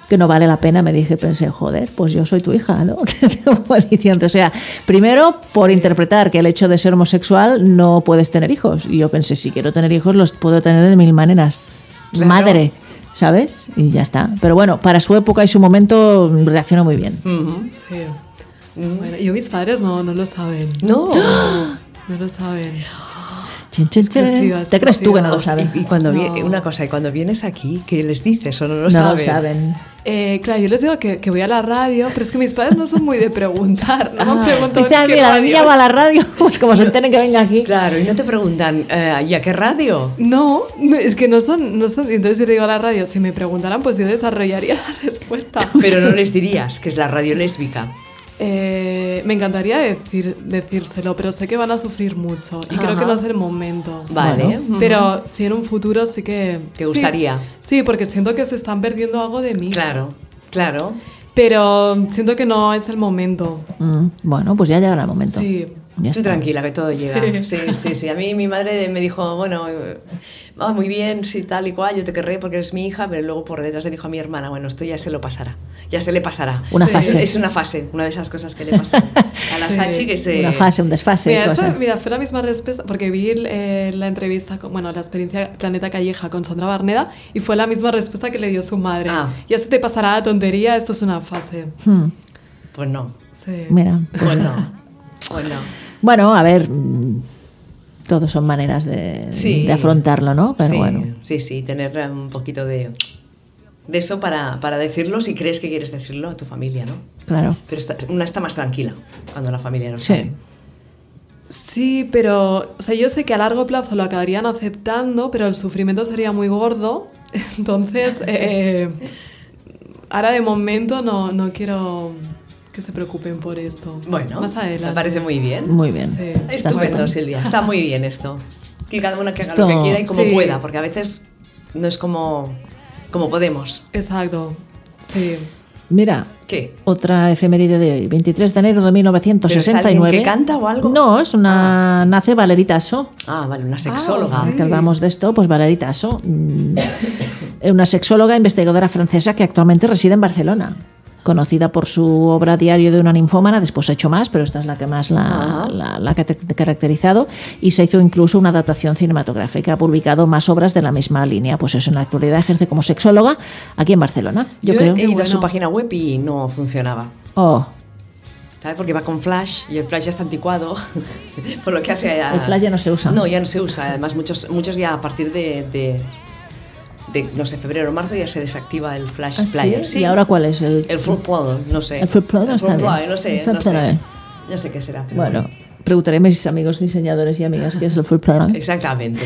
S2: Que no vale la pena, me dije, pensé, joder, pues yo soy tu hija, ¿no? Como diciendo, o sea, primero por interpretar que el hecho de ser homosexual no puedes tener hijos. Y yo pensé, si quiero tener hijos, los puedo tener de mil maneras. Madre, ¿sabes? Y ya está. Pero bueno, para su época y su momento reaccionó muy bien.
S3: Sí. Bueno, yo mis padres no, no lo saben.
S1: No.
S3: No lo saben.
S2: Chin, chin, chin.
S3: Exclusiva,
S2: ¿Te crees tú que no lo
S3: exclusiva.
S2: sabes?
S1: Y, y cuando
S3: No.
S1: vie- una cosa, y cuando vienes aquí, ¿qué les dices o no lo
S2: No
S1: saben?
S2: lo saben.
S3: Eh, claro, yo les digo que, que voy a la radio, pero es que mis padres no son muy de preguntar. No me preguntan
S2: Dice, "Ah,
S3: qué
S2: mira, la
S3: radio".
S2: niña va a la radio, pues como se enteren que venga aquí.
S1: Claro, y no te preguntan, eh, ¿y a qué radio?
S3: No, no, es que no son, no son. Entonces yo le digo a la radio, si me preguntaran, pues yo desarrollaría la respuesta.
S1: Pero no les dirías que es la radio lésbica.
S3: Eh, me encantaría decir, decírselo, pero sé que van a sufrir mucho y creo que no es el momento.
S1: Vale. Bueno.
S3: Pero si en un futuro sí que...
S1: Te
S3: sí.
S1: gustaría.
S3: Sí, porque siento que se están perdiendo algo de mí.
S1: Claro, claro.
S3: Pero siento que no es el momento.
S2: Mm, bueno, pues ya llegará el momento.
S3: Sí.
S2: Ya
S1: Tú
S2: está.
S1: tranquila, que todo llega. Sí. sí, sí, A mí mi madre me dijo, bueno, eh, ah, muy bien, sí, tal y cual, yo te querré porque eres mi hija, pero luego por detrás le dijo a mi hermana, bueno, esto ya se lo pasará, ya se le pasará.
S2: Una
S1: Es-
S2: fase.
S1: Es, una fase, una de esas cosas que le pasan a la
S3: Sí.
S1: Sachi que se...
S2: Una fase, un desfase.
S3: Mira,
S2: eso va a
S3: esta-
S2: ser.
S3: mira, fue la misma respuesta, porque vi el, eh, la entrevista, con, bueno, la experiencia Planeta Calleja con Sandra Barneda y fue la misma respuesta que le dio su madre.
S1: Ah.
S3: Ya se te pasará la tontería, esto es una fase.
S2: Mm,
S1: Pues no,
S3: Sí.
S2: mira.
S1: pues no, pues no.
S2: Bueno, a ver, mm, todos son maneras de,
S1: Sí.
S2: de afrontarlo, ¿no? Pero
S1: sí,
S2: bueno.
S1: sí, sí, tener eh, un poquito de, de eso para, para decirlo si crees que quieres decirlo a tu familia, ¿no?
S2: Claro.
S1: Pero está- una está más tranquila cuando la familia lo sabe.
S2: Sí.
S3: Sí, pero, o sea, yo sé que a largo plazo lo acabarían aceptando, pero el sufrimiento sería muy gordo. Entonces, eh, ahora de momento no, no quiero que se preocupen por esto.
S1: Bueno,
S3: más adelante.
S1: me parece muy bien.
S2: Muy bien.
S3: Sí.
S2: Está
S1: Estupendo,
S2: estupendo.
S1: Silvia. Está muy bien esto. Que cada una que haga lo
S2: Esto-
S1: que quiera y como
S3: Sí.
S1: pueda, porque a veces no es como, como podemos.
S3: Exacto. Sí.
S2: Mira,
S1: ¿Qué?
S2: otra efeméride de hoy, 23 de enero de
S1: ¿Pero es
S2: 1969.
S1: alguien que canta o algo?
S2: No, es una nace Valerita Tasso.
S1: Ah, vale, una sexóloga.
S3: Ah,
S2: que hablamos de esto, pues Valerita Tasso, mm, es una sexóloga e investigadora francesa que actualmente reside en Barcelona. Conocida por su obra Diario de una ninfómana, después ha hecho más, pero esta es la que más la, la- la que ha caracterizado, y se hizo incluso una adaptación cinematográfica. Ha publicado más obras de la misma línea. Pues eso, en la actualidad ejerce como sexóloga aquí en Barcelona. Yo, eh, creo.
S1: he ido a su página web y no funcionaba.
S2: Oh,
S1: ¿Sabes? Porque va con flash y el flash ya está anticuado. por lo que hace a-
S2: El flash ya no se usa.
S1: No, ya no se usa. Además, muchos, muchos ya a partir de. de de, no sé, febrero o marzo ya se desactiva el flash
S2: ¿Ah, sí?
S1: player.
S2: ¿Y ahora cuál es? El-
S1: El Fruit Player, no sé.
S2: El Fruit Player
S1: El Fruit
S2: está bien.
S1: Player, no sé,
S2: El Fruit
S1: no sé.
S2: Player.
S1: No sé qué será. pero
S2: bueno, preguntaré a mis amigos diseñadores y amigas qué es el full plan.
S1: Exactamente.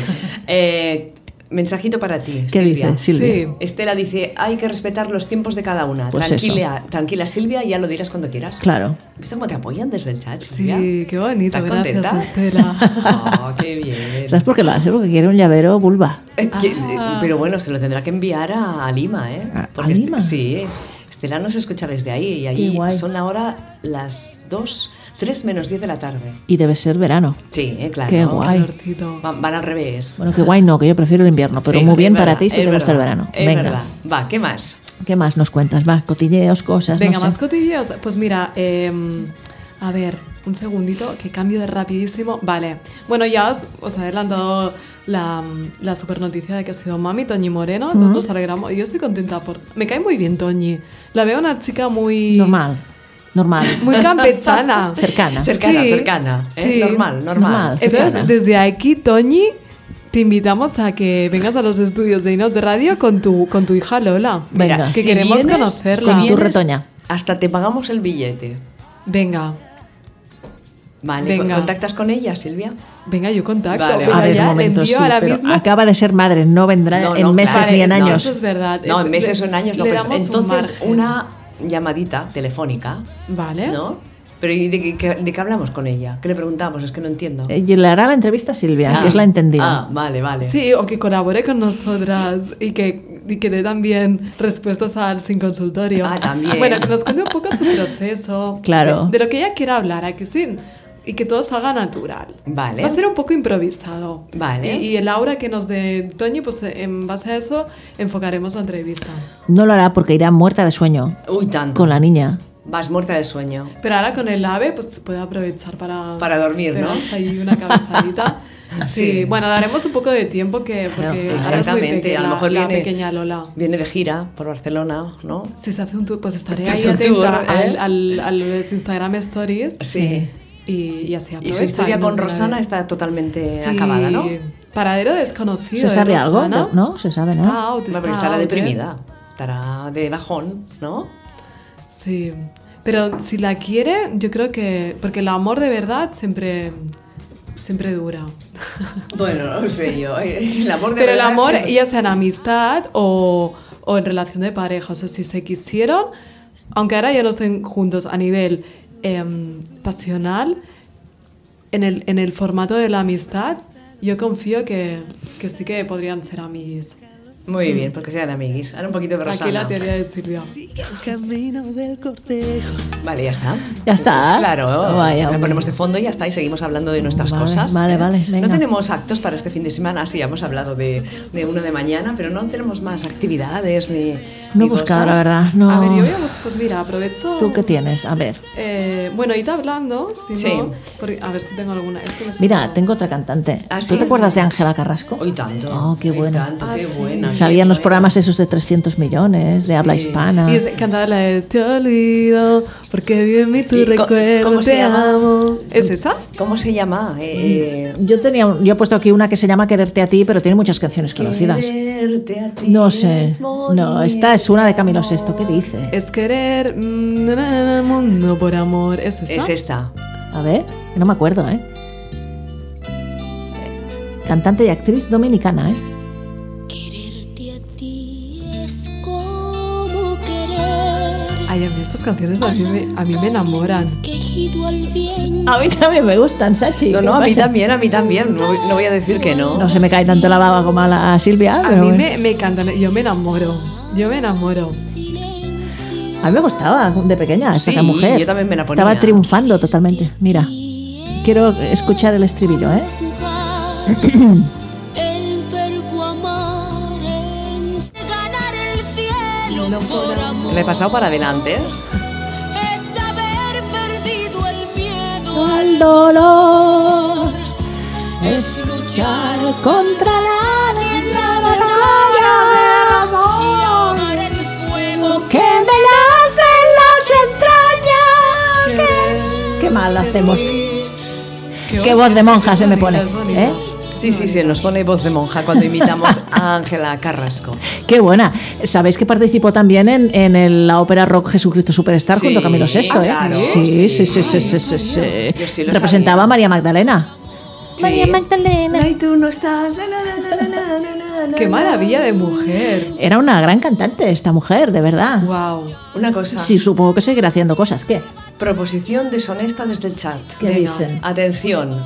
S1: Eh, mensajito para ti,
S2: ¿Qué
S1: Silvia.
S2: dice, Silvia? Sí.
S1: Estela dice, hay que respetar los tiempos de cada una.
S2: Pues
S1: tranquila, tranquila, Silvia, ya lo dirás cuando quieras.
S2: Claro.
S1: ¿Ves cómo te apoyan desde el chat, Silvia?
S3: Sí, qué bonito,
S1: ¿Estás
S3: gracias
S1: contenta?
S3: Estela.
S1: Oh, qué bien.
S2: ¿Sabes por qué lo hace? Porque quiere un llavero vulva.
S1: Eh, que-
S3: Ah.
S1: eh, Pero bueno, se lo tendrá que enviar a, a Lima, ¿eh? Porque Este-
S2: Lima?
S1: sí, Estela nos escucha desde ahí y ahí
S2: guay.
S1: son ahora las 2, 3 menos 10 de la tarde.
S2: Y debe ser verano.
S1: Sí, eh, claro.
S2: Qué guay.
S1: Van, van al revés.
S2: Bueno, qué guay no, que yo prefiero el invierno, pero
S1: Sí,
S2: muy bien
S1: es
S2: para
S1: verdad,
S2: ti si
S1: es
S2: te gusta el
S1: verdad,
S2: verano.
S1: Es
S2: Venga.
S1: verdad. Va, ¿qué más?
S2: ¿Qué más nos cuentas? Va, cotilleos, cosas.
S3: Venga,
S2: Ah, no sé.
S3: más cotilleos. Pues mira, em, a ver, un segundito, que cambio de rapidísimo. Vale, bueno, ya os, os he adelantado la, la super noticia de que ha sido mami Toñi Moreno, todos
S2: Ujú.
S3: nos alegramos. Yo estoy contenta por... Me cae muy bien Toñi. La veo una chica muy...
S2: Normal. Normal.
S3: Muy campechana.
S2: Cercana.
S1: Cercana,
S3: Sí,
S1: cercana. ¿eh?
S3: sí.
S1: Normal, normal.
S2: Normal.
S3: Entonces,
S2: cercana.
S3: desde aquí, Toñi, te invitamos a que vengas a los estudios de Inot Radio con tu, con tu hija Lola.
S2: Venga.
S3: que
S1: si
S3: queremos
S1: vienes-
S3: conocerla.
S1: si
S2: Con tu
S1: vienes,
S2: retoña.
S1: Hasta te pagamos el billete.
S3: Venga.
S1: Vale,
S3: Venga.
S1: ¿contactas con ella, Silvia?
S3: Venga, yo contacto.
S1: Vale,
S3: pero
S1: vale.
S2: a ver,
S3: ya
S2: un
S3: le
S2: momento,
S3: envío
S2: sí,
S3: ahora
S2: pero
S3: mismo.
S2: acaba de ser madre, no vendrá
S1: No,
S2: en
S1: no,
S2: meses
S1: claro,
S2: ni en
S1: no,
S2: años.
S3: Eso es verdad.
S1: No,
S3: es-
S1: en meses o en años no,
S3: le
S1: pero
S3: damos un
S1: entonces
S3: margen. ¿Eh?
S1: una llamadita telefónica,
S3: Vale.
S1: ¿no? Pero ¿y de, qué- de qué hablamos con ella? ¿Qué le preguntamos? Es que no entiendo.
S2: Eh, y Le hará la entrevista a Silvia,
S1: Ah,
S2: que es la entendida.
S1: Ah, vale, vale.
S3: Sí, o que colabore con nosotras y que, y que dé también respuestas al sin consultorio.
S1: Ah, también.
S3: Bueno, que nos cuente un poco su proceso.
S2: Claro.
S3: De, de lo que ella quiera hablar, aquí sí. Y que todo salga natural.
S1: Vale.
S3: Va a ser un poco improvisado.
S1: Vale.
S3: Y, y el aura que nos dé Toñi, pues en base a eso enfocaremos la entrevista.
S2: No lo hará porque irá muerta de sueño
S1: Uy, tanto.
S2: con la niña.
S1: Vas muerta de sueño.
S3: Pero ahora con el ave, pues se puede aprovechar para...
S1: Para dormir, ¿no?
S3: pegarse ahí una cabezadita. sí.
S1: Sí.
S3: bueno, daremos un poco de tiempo que... Porque ahora es muy
S1: Exactamente.
S3: pequeña
S1: A lo
S3: la-
S1: mejor
S3: la
S1: viene,
S3: pequeña Lola.
S1: viene de gira por Barcelona, ¿no?
S3: Si se hace un tour, pues estaré
S1: Se
S3: ahí
S1: hace un
S3: atenta
S1: tour, ¿eh?
S3: al, al- a los Instagram Stories
S1: Sí.
S3: y, y así aprovecha.
S1: Y su historia
S3: y nos
S1: con
S3: dirá
S1: Rosana
S3: de-
S1: está totalmente
S3: Sí,
S1: acabada, ¿no?
S3: Paradero desconocido.
S2: ¿Se
S3: de
S2: sabe algo?
S3: Rosana.
S2: ¿No? ¿Se sabe
S3: Está
S2: nada?
S3: out,
S1: Bueno,
S3: está
S1: pero estará
S3: out, ¿eh?
S1: deprimida. Estará de bajón, ¿no?
S3: Sí. Pero si la quiere, yo creo que. Porque el amor de verdad siempre. Siempre dura.
S1: Bueno, no sé yo. eh, El amor de
S3: Pero el
S1: verdad
S3: amor,
S1: siempre-
S3: ya sea en amistad o, o en relación de pareja, o sea, si se quisieron, aunque ahora ya no estén juntos a nivel em, pasional, en el, en el formato de la amistad, yo confío que, que sí que podrían ser amigos.
S1: Muy bien, porque sean amiguis. Ahora un poquito de Rosana.
S3: Aquí la teoría de Silvia.
S1: Vale, ya está.
S2: Ya está,
S1: Pues
S2: ¿eh?
S1: claro,
S2: Vaya,
S1: la
S2: hombre.
S1: ponemos de fondo y ya está, y seguimos hablando de nuestras
S2: Vale,
S1: cosas.
S2: vale, vale, venga.
S1: No tenemos actos para este fin de semana, sí, ya hemos hablado de, de uno de mañana, pero no tenemos más actividades ni.
S2: No
S1: ni
S2: he buscado,
S1: cosas.
S2: la verdad. No.
S3: A ver, yo voy a bus- pues mira, aprovecho.
S2: ¿Tú qué tienes? A ver.
S3: Eh, bueno, id hablando, si
S1: Sí.
S3: no, porque- a ver si tengo alguna. Es que me
S2: Mira,
S3: suena-
S2: tengo otra cantante.
S1: ¿Ah,
S2: ¿Tú
S1: sí?
S2: te acuerdas de Ángela Carrasco?
S1: Hoy tanto.
S2: Oh, qué
S1: hoy
S2: buena.
S1: tanto,
S3: Ah,
S1: qué
S3: sí.
S1: buena.
S2: Salían
S1: qué
S2: los
S1: buena.
S2: programas esos de 300 millones, de habla
S1: Ah, Sí.
S2: hispana.
S3: Y es cantar la de Te olvido, porque vive en mí tu
S1: ¿Y co-
S3: recuerdo,
S1: cómo se
S3: te
S1: llama?
S3: amo. ¿Es esa?
S1: ¿Cómo se llama? Eh, eh,
S2: Yo tenía, un- yo he puesto aquí una que se llama Quererte a ti, pero tiene muchas canciones conocidas.
S1: Quererte a ti
S2: No sé.
S1: es
S2: No, esta es una de Camilo Sesto. ¿Qué dice?
S3: Es querer mm, na, na, na, el mundo por amor. ¿Es esa?
S1: Es esta.
S2: A ver, no me acuerdo, ¿eh? Cantante y actriz dominicana, ¿eh?
S5: Quererte a ti es como querer.
S3: Ay, a mí estas canciones a mí me, a mí me enamoran.
S5: Quejido al bien.
S2: A mí también me gustan, Sachi.
S1: No,
S2: ¿qué
S1: no, a mí
S2: pasa?
S1: también, a mí también. No, no voy a decir que no.
S2: No se me cae tanto la baba como a, la, a Silvia.
S3: A
S2: pero
S3: mí
S2: bueno.
S3: me, me encantan. Yo me enamoro. Yo me enamoro.
S2: A mí me gustaba de pequeña esa
S1: Sí,
S2: mujer.
S1: yo también me la ponía.
S2: Estaba triunfando totalmente. Mira, quiero escuchar el estribillo, ¿eh?
S5: El verbo amar es ganar el cielo por amor.
S1: Me he pasado para adelante.
S5: Es haber perdido el miedo
S2: Al dolor
S5: es luchar
S2: contra la
S5: y ahogar el fuego
S2: que me las entrañas. Qué mal hacemos. Qué voz de monja se me pone. ¿eh?
S1: Sí, sí, sí, nos pone voz de monja cuando imitamos a Ángela Carrasco.
S2: Qué buena. Sabéis que participó también en, en el- la ópera rock Jesucristo Superstar
S1: Sí, Ah,
S2: junto a Camilo Sesto, ¿eh?
S1: claro,
S2: sí,
S1: sí.
S2: sí, sí, sí,
S1: Ay,
S2: sí, sí, sí.
S1: Yo sí lo
S2: Representaba
S1: sabía.
S2: a María Magdalena.
S1: Sí.
S2: Magdalena.
S1: Ay, tú no estás. la, la, la, la, la, la, la, la,
S3: Qué maravilla de mujer.
S2: Era una gran cantante esta mujer, de verdad.
S3: Wow.
S1: Una cosa.
S2: Sí, supongo que seguirá haciendo cosas. ¿Qué?
S1: Proposición deshonesta desde el chat.
S2: ¿Qué
S1: Venga,
S2: dicen?
S1: Atención.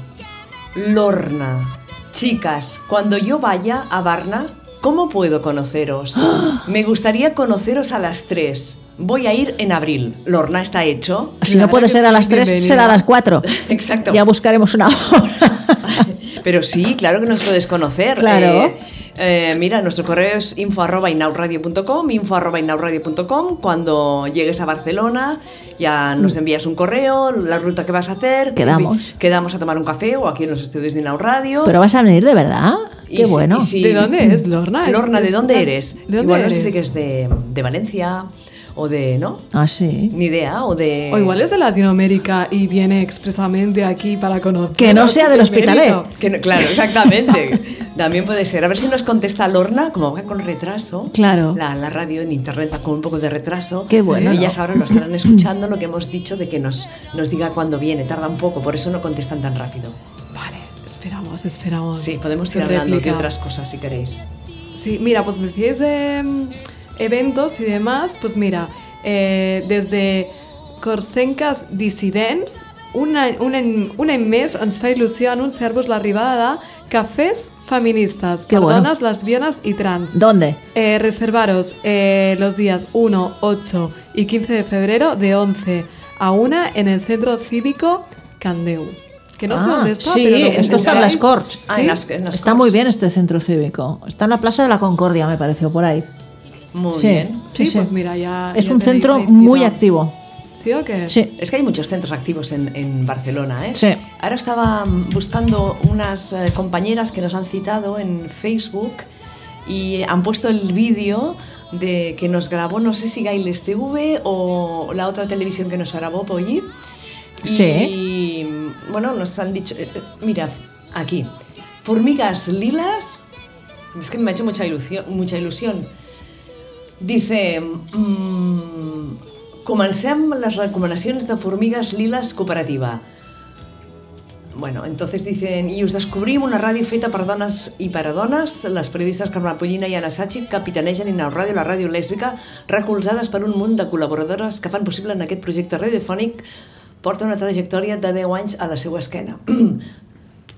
S1: Lorna. Chicas, cuando yo vaya a Varna, ¿cómo puedo conoceros?
S2: ¡Ah!
S1: Me gustaría conoceros a las tres. Voy a ir en abril. Lorna está hecho.
S2: Si no puede ser a las 3, será a las 4.
S1: Exacto.
S2: Ya buscaremos una hora.
S1: Pero sí, claro que nos puedes conocer.
S2: Claro.
S1: Eh, eh, mira, nuestro correo es info arroba inaudradio.com, info arroba inaudradio.com. Cuando llegues a Barcelona, ya nos envías un correo, la ruta que vas a hacer.
S2: Mm. Quedamos.
S1: Quedamos a tomar un café o aquí en los estudios de Inau Radio.
S2: Pero vas a venir de verdad.
S1: Y
S2: Qué
S1: si-
S2: bueno.
S1: y si-
S3: ¿De dónde es Lorna? Es-
S1: Lorna, ¿de
S3: es-
S1: dónde eres?
S3: ¿De dónde
S1: igual nos
S3: eres?
S1: dice que es de, de Valencia o de. ¿No?
S2: Ah, sí.
S1: Ni idea, o de.
S3: O igual es de Latinoamérica y viene expresamente aquí para conocer.
S2: Que no sea del
S1: ¿eh?
S2: Hospitalet.
S3: hospital.
S1: Que no- claro, exactamente. También puede ser. A ver si nos contesta Lorna, como va con retraso.
S2: Claro.
S1: La, la radio en internet va con un poco de retraso.
S2: Qué bueno.
S1: Ellas ahora lo estarán escuchando, lo que hemos dicho de que nos, nos diga cuándo viene. Tarda un poco, por eso no contestan tan rápido.
S3: Vale, esperamos, esperamos.
S1: Sí, podemos
S3: Su
S1: ir hablando de
S3: réplica.
S1: otras cosas si queréis.
S3: Sí, mira, pues decíais de mm, eventos y demás, pues mira, eh, desde Corsencas Dissidents, una, una, una més ens fa il·lusió anunciar-vos l'arribada de cafès feministes
S2: Que
S3: per
S2: bueno.
S3: dones lesbianes i trans.
S2: ¿Dónde?
S3: Eh, reservaros eh, los días 1, 8 y 15 de febrero de 11 a 1 en el Centro Cívico Candeu. Que no sé
S2: Ah,
S3: dónde está,
S2: sí,
S3: pero lo
S2: esto está en
S3: encontráis.
S2: las Corts.
S1: Ah, en las- en las
S2: Está muy bien este centro cívico. Está en la Plaza de la Concordia, me pareció, por ahí.
S1: Muy
S2: sí,
S1: bien.
S2: sí,
S3: Sí,
S2: sí.
S3: pues mira, ya.
S2: es
S3: ya
S2: un
S3: tenéis
S2: centro
S3: ahí
S2: muy
S3: citado.
S2: activo.
S3: ¿Sí o qué?
S2: Sí.
S1: Es que hay muchos centros activos en, en Barcelona, ¿eh?
S2: Sí.
S1: Ahora estaba mm, buscando unas eh, compañeras que nos han citado en Facebook y han puesto el vídeo de que nos grabó, no sé si Gailes TV o la otra televisión que nos grabó Polly. Y, bueno, nos han dicho, eh, eh, mira, aquí, Formigas Lilas, es que me ha hecho mucha ilusión, mucha ilusión. Dice, mm, comencem les recomanacions de Formigues Liles Cooperativa. Bueno, entonces dicen, i us descobrim una ràdio feta per dones i per a dones. Les periodistes Carme Pollina i Anna Sachi capitanegen Inau Ràdio, la ràdio lèsbica, recolzades per un munt de col·laboradores que fan possible en aquest projecte radiofònic porta una trajectòria de 10 anys a la seva esquena.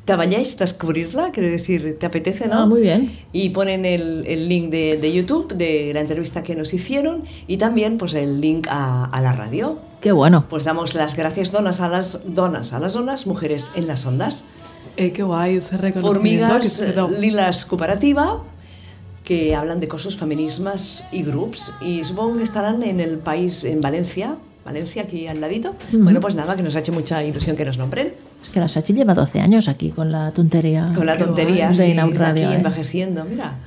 S1: ¿T'avalleix descobrir-la? Quiero decir, ¿te apetece, no?
S2: Ah, muy bien.
S1: Y ponen el, el link de, de YouTube de la entrevista que nos hicieron y también pues el link a, a la radio.
S2: Qué bueno.
S1: Pues damos las gracias donas a las donas, a las donas, mujeres en las ondas.
S3: Eh, qué guay ese reconocimiento.
S1: Formigas
S3: que
S1: eh,
S3: se da.
S1: Lilas Cooperativa, que hablan de cosas, feminismas y groups. Y supongo que estarán en el país, en Valencia, Valencia aquí al ladito. Bueno, pues nada, que nos ha hecho mucha ilusión que nos nombren.
S2: Es que la Sachi lleva 12 años aquí con la tontería.
S1: Con la
S2: Ah, Qué
S1: tontería,
S2: guay. de
S1: sí,
S2: Inaud Radio.
S1: aquí
S2: ¿eh?
S1: envejeciendo, mira.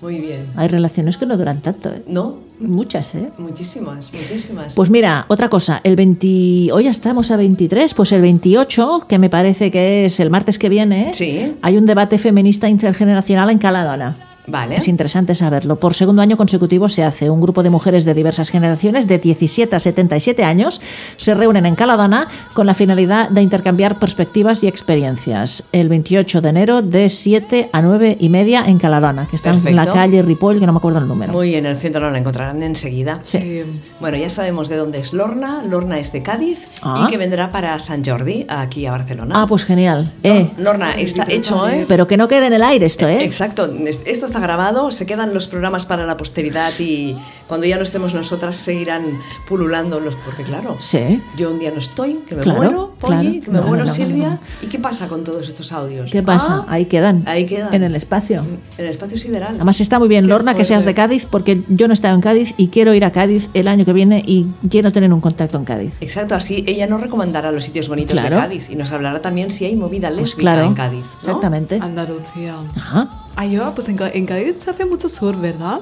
S1: Muy bien.
S2: Hay relaciones que no duran tanto, ¿eh?
S1: No,
S2: Muchas, ¿eh?
S1: muchísimas, muchísimas.
S2: Pues mira, otra cosa, el 20, hoy ya estamos a 23, pues el 28, que me parece que es el martes que viene,
S1: Sí.
S2: hay un debate feminista intergeneracional en Caladona.
S1: vale.
S2: Es interesante saberlo. Por segundo año consecutivo se hace. Un grupo de mujeres de diversas generaciones, de 17 a 77 años, se reúnen en Caladona con la finalidad de intercambiar perspectivas y experiencias. El 28 de enero, de 7 a 9 y media en Caladona, que está en la
S1: Perfecto.
S2: calle Ripoll, que no me acuerdo el número.
S1: Muy bien, el centro la encontrarán enseguida.
S2: Sí.
S3: Eh,
S1: Bueno, ya sabemos de dónde es Lorna. Lorna es de Cádiz
S2: Ah.
S1: y que vendrá para San Jordi, aquí a Barcelona.
S2: Ah, pues genial. Eh,
S1: Lorna, está hecho, ¿eh?
S2: Pero que no quede en el aire esto, ¿eh?
S1: Exacto, es- esto está grabado, se quedan los programas para la posteridad y cuando ya no estemos nosotras seguirán pululando los porque claro.
S2: Sí.
S1: Yo un día no estoy, que me
S2: Claro,
S1: muero, Polly,
S2: claro.
S1: que me
S2: No,
S1: muero
S2: no, no,
S1: Silvia.
S2: no, no.
S1: ¿Y qué pasa con todos estos audios?
S2: ¿Qué pasa?
S1: Ah,
S2: ahí quedan.
S1: ahí quedan.
S2: En el espacio.
S1: En el espacio sideral.
S2: Además está muy bien,
S3: Qué
S2: Lorna, que seas de
S3: fuerte.
S2: Cádiz, porque yo no he estado en Cádiz y quiero ir a Cádiz el año que viene y quiero tener un contacto en Cádiz.
S1: Exacto, así ella nos recomendará los sitios bonitos
S2: Claro.
S1: de Cádiz y nos hablará también si hay movida
S2: Pues
S1: lésbica
S2: claro.
S1: en Cádiz. ¿no?
S2: Exactamente.
S3: Andalucía.
S2: Ajá.
S3: Ah, yo, pues en, Ca- en Cádiz se hace mucho surf, ¿verdad?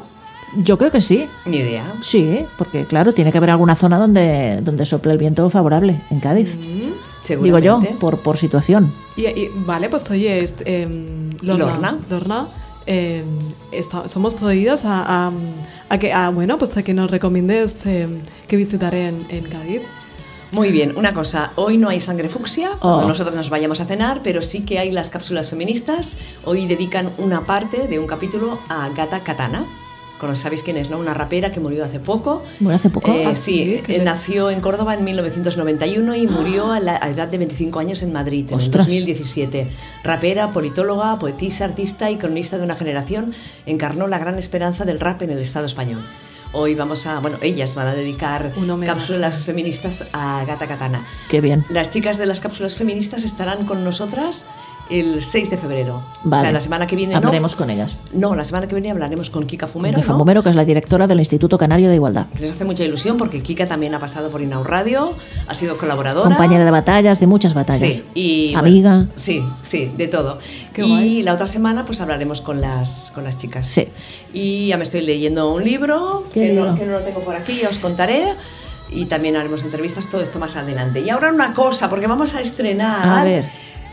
S2: Yo creo que sí.
S1: Ni idea.
S2: Sí, porque claro, tiene que haber alguna zona donde, donde sople el viento favorable en Cádiz. Digo
S1: Mm, Seguramente.
S2: yo, pues- por, por situación.
S3: Y, y- vale, pues oye, este, em, Lorna.
S1: Lorna.
S3: Lorna, em, esta- somos podidos a, a- a que, a, bueno, pues a que nos recomiendes em, que visitar en, en Cádiz.
S1: Muy bien, una cosa, hoy no hay sangre fucsia cuando
S2: Oh.
S1: nosotros nos vayamos a cenar, pero sí que hay las cápsulas feministas. Hoy dedican una parte de un capítulo a Gata Katana. Cono- Sabéis quién es, ¿no? Una rapera que murió hace poco.
S2: Bueno, hace poco. Ah,
S1: Eh, sí, eh, nació en Córdoba en 1991 y murió a la a edad de 25 años en Madrid en el
S2: Ostras.
S1: 2017. Rapera, politóloga, poetisa, artista y cronista de una generación, encarnó la gran esperanza del rap en el Estado español. Hoy vamos a, bueno, ellas van a dedicar cápsulas feministas a Gata Katana.
S2: Qué bien.
S1: Las chicas de las cápsulas feministas estarán con nosotras el 6 de febrero. O sea,
S2: Vale.
S1: la semana que viene no.
S2: Hablaremos con ellas.
S1: No, la semana que viene hablaremos con Kika Fumero.
S2: Con Jefa
S1: ¿no?
S2: Gomero, que es la directora del Instituto Canario de Igualdad.
S1: que les hace mucha ilusión porque Kika también ha pasado por Inau Radio, ha sido colaboradora.
S2: Compañera de batallas, de muchas batallas.
S1: Sí, y bueno,
S2: Amiga.
S1: sí, sí, de todo. y la otra semana pues hablaremos con las, con las chicas.
S2: Sí.
S1: Y ya me estoy leyendo un libro,
S2: ¿Qué
S1: que,
S2: libro?
S1: No, que no lo tengo por aquí, ya os contaré. Y también haremos entrevistas, todo esto más adelante. Y ahora una cosa, porque vamos a estrenar...
S2: A ver. Ah,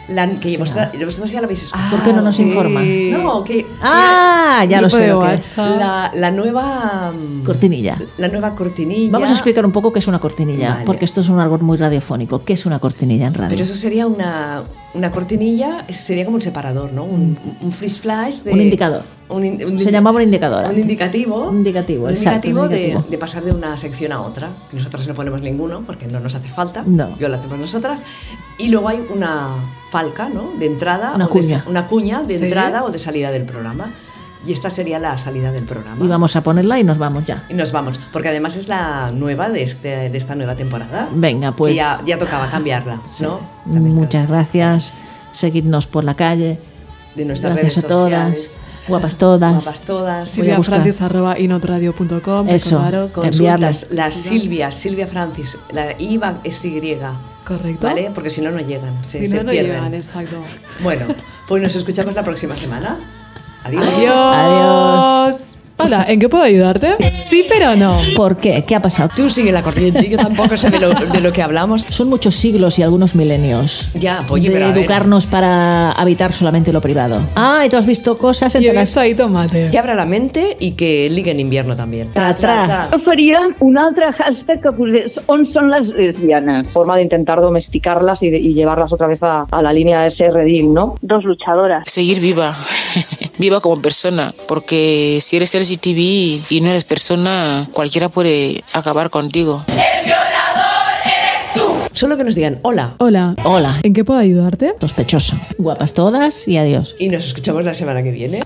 S1: la- que vosotros, vosotros ya la habéis escuchado.
S2: ¿Por qué no nos
S3: sí.
S2: informa?
S1: No, que...
S2: Ah, ya lo
S3: Grupo
S2: sé.
S3: de
S2: lo que es.
S3: WhatsApp.
S1: La, la nueva... mm,
S2: Cortinilla.
S1: La nueva cortinilla.
S2: Vamos a explicar un poco qué es una cortinilla,
S1: Vale.
S2: porque esto es un árbol muy radiofónico. ¿Qué es una cortinilla en radio?
S1: Pero eso sería una, una cortinilla, sería como un separador, ¿no? Un, un freeze flash de...
S2: Mm. Un indicador.
S1: un in- un
S2: Se
S1: in-
S2: llamaba un indicador
S1: Un
S2: antes.
S1: indicativo.
S2: Un indicativo,
S1: Un
S2: exacto,
S1: indicativo
S2: un
S1: de-
S2: indicativo.
S1: De, pasar de una sección a otra. Que nosotros no ponemos ninguno porque no nos hace falta.
S2: No.
S1: Yo lo hacemos nosotras. Y luego hay una falca, ¿no? De entrada.
S2: Una
S1: o de sa-
S2: cuña.
S1: una cuña de
S3: Sí.
S1: entrada o de salida del programa. Y esta sería la salida del programa.
S2: Y vamos a ponerla y nos vamos ya.
S1: Y nos vamos, porque además es la nueva de, este, de esta nueva temporada.
S2: Venga,
S1: Que
S2: pues-
S1: Ya, ya tocaba cambiarla,
S2: Sí.
S1: ¿no? También
S2: Muchas gracias. Seguidnos por la calle.
S1: de nuestras
S2: gracias
S1: redes
S2: a todas.
S1: sociales.
S2: Guapas todas.
S1: Guapas todas.
S2: Voy a
S3: Silvia
S2: buscar.
S3: Francis arroba inotradio.com.
S2: Eso.
S3: recordaros.
S2: Con-
S1: Consultas,
S2: enviarlas.
S1: la Silvia, Silvia Francis, la IVA es Y,
S3: Correcto.
S1: ¿vale? Porque si no, no llegan, se,
S3: Si
S1: se
S3: no, no
S1: pierden.
S3: llegan, exacto.
S1: Bueno, pues nos escuchamos la próxima semana. Adiós.
S3: Adiós. Hola, ¿en qué puedo ayudarte? Sí, pero no.
S2: ¿Por qué? ¿Qué ha pasado?
S1: Tú sigue la corriente, yo tampoco sé de lo, de lo que hablamos.
S2: Son muchos siglos y algunos milenios.
S1: Ya, oye,
S2: de
S1: pero a ver.
S2: educarnos para habitar solamente lo privado. Ah, y tú has visto cosas
S3: Yo
S2: entre
S3: he
S2: las...
S3: visto ahí tomate.
S1: Que abra la mente y que ligue en invierno también.
S2: Tra, tra.
S11: faríem un altre hashtag que posés on són les lesbianes. Forma de intentar domesticarlas y, de- y llevarlas otra vez a, a la línea de ser redil, ¿no?
S6: Dos luchadoras.
S12: seguir viva, viva como persona, porque si eres LGTB y no eres persona, cualquiera puede acabar contigo.
S1: Solo que nos digan hola
S3: Hola,
S2: Hola.
S3: ¿en qué puedo ayudarte?
S2: Sospechoso. Guapas todas y adiós.
S1: y nos escuchamos la semana que viene.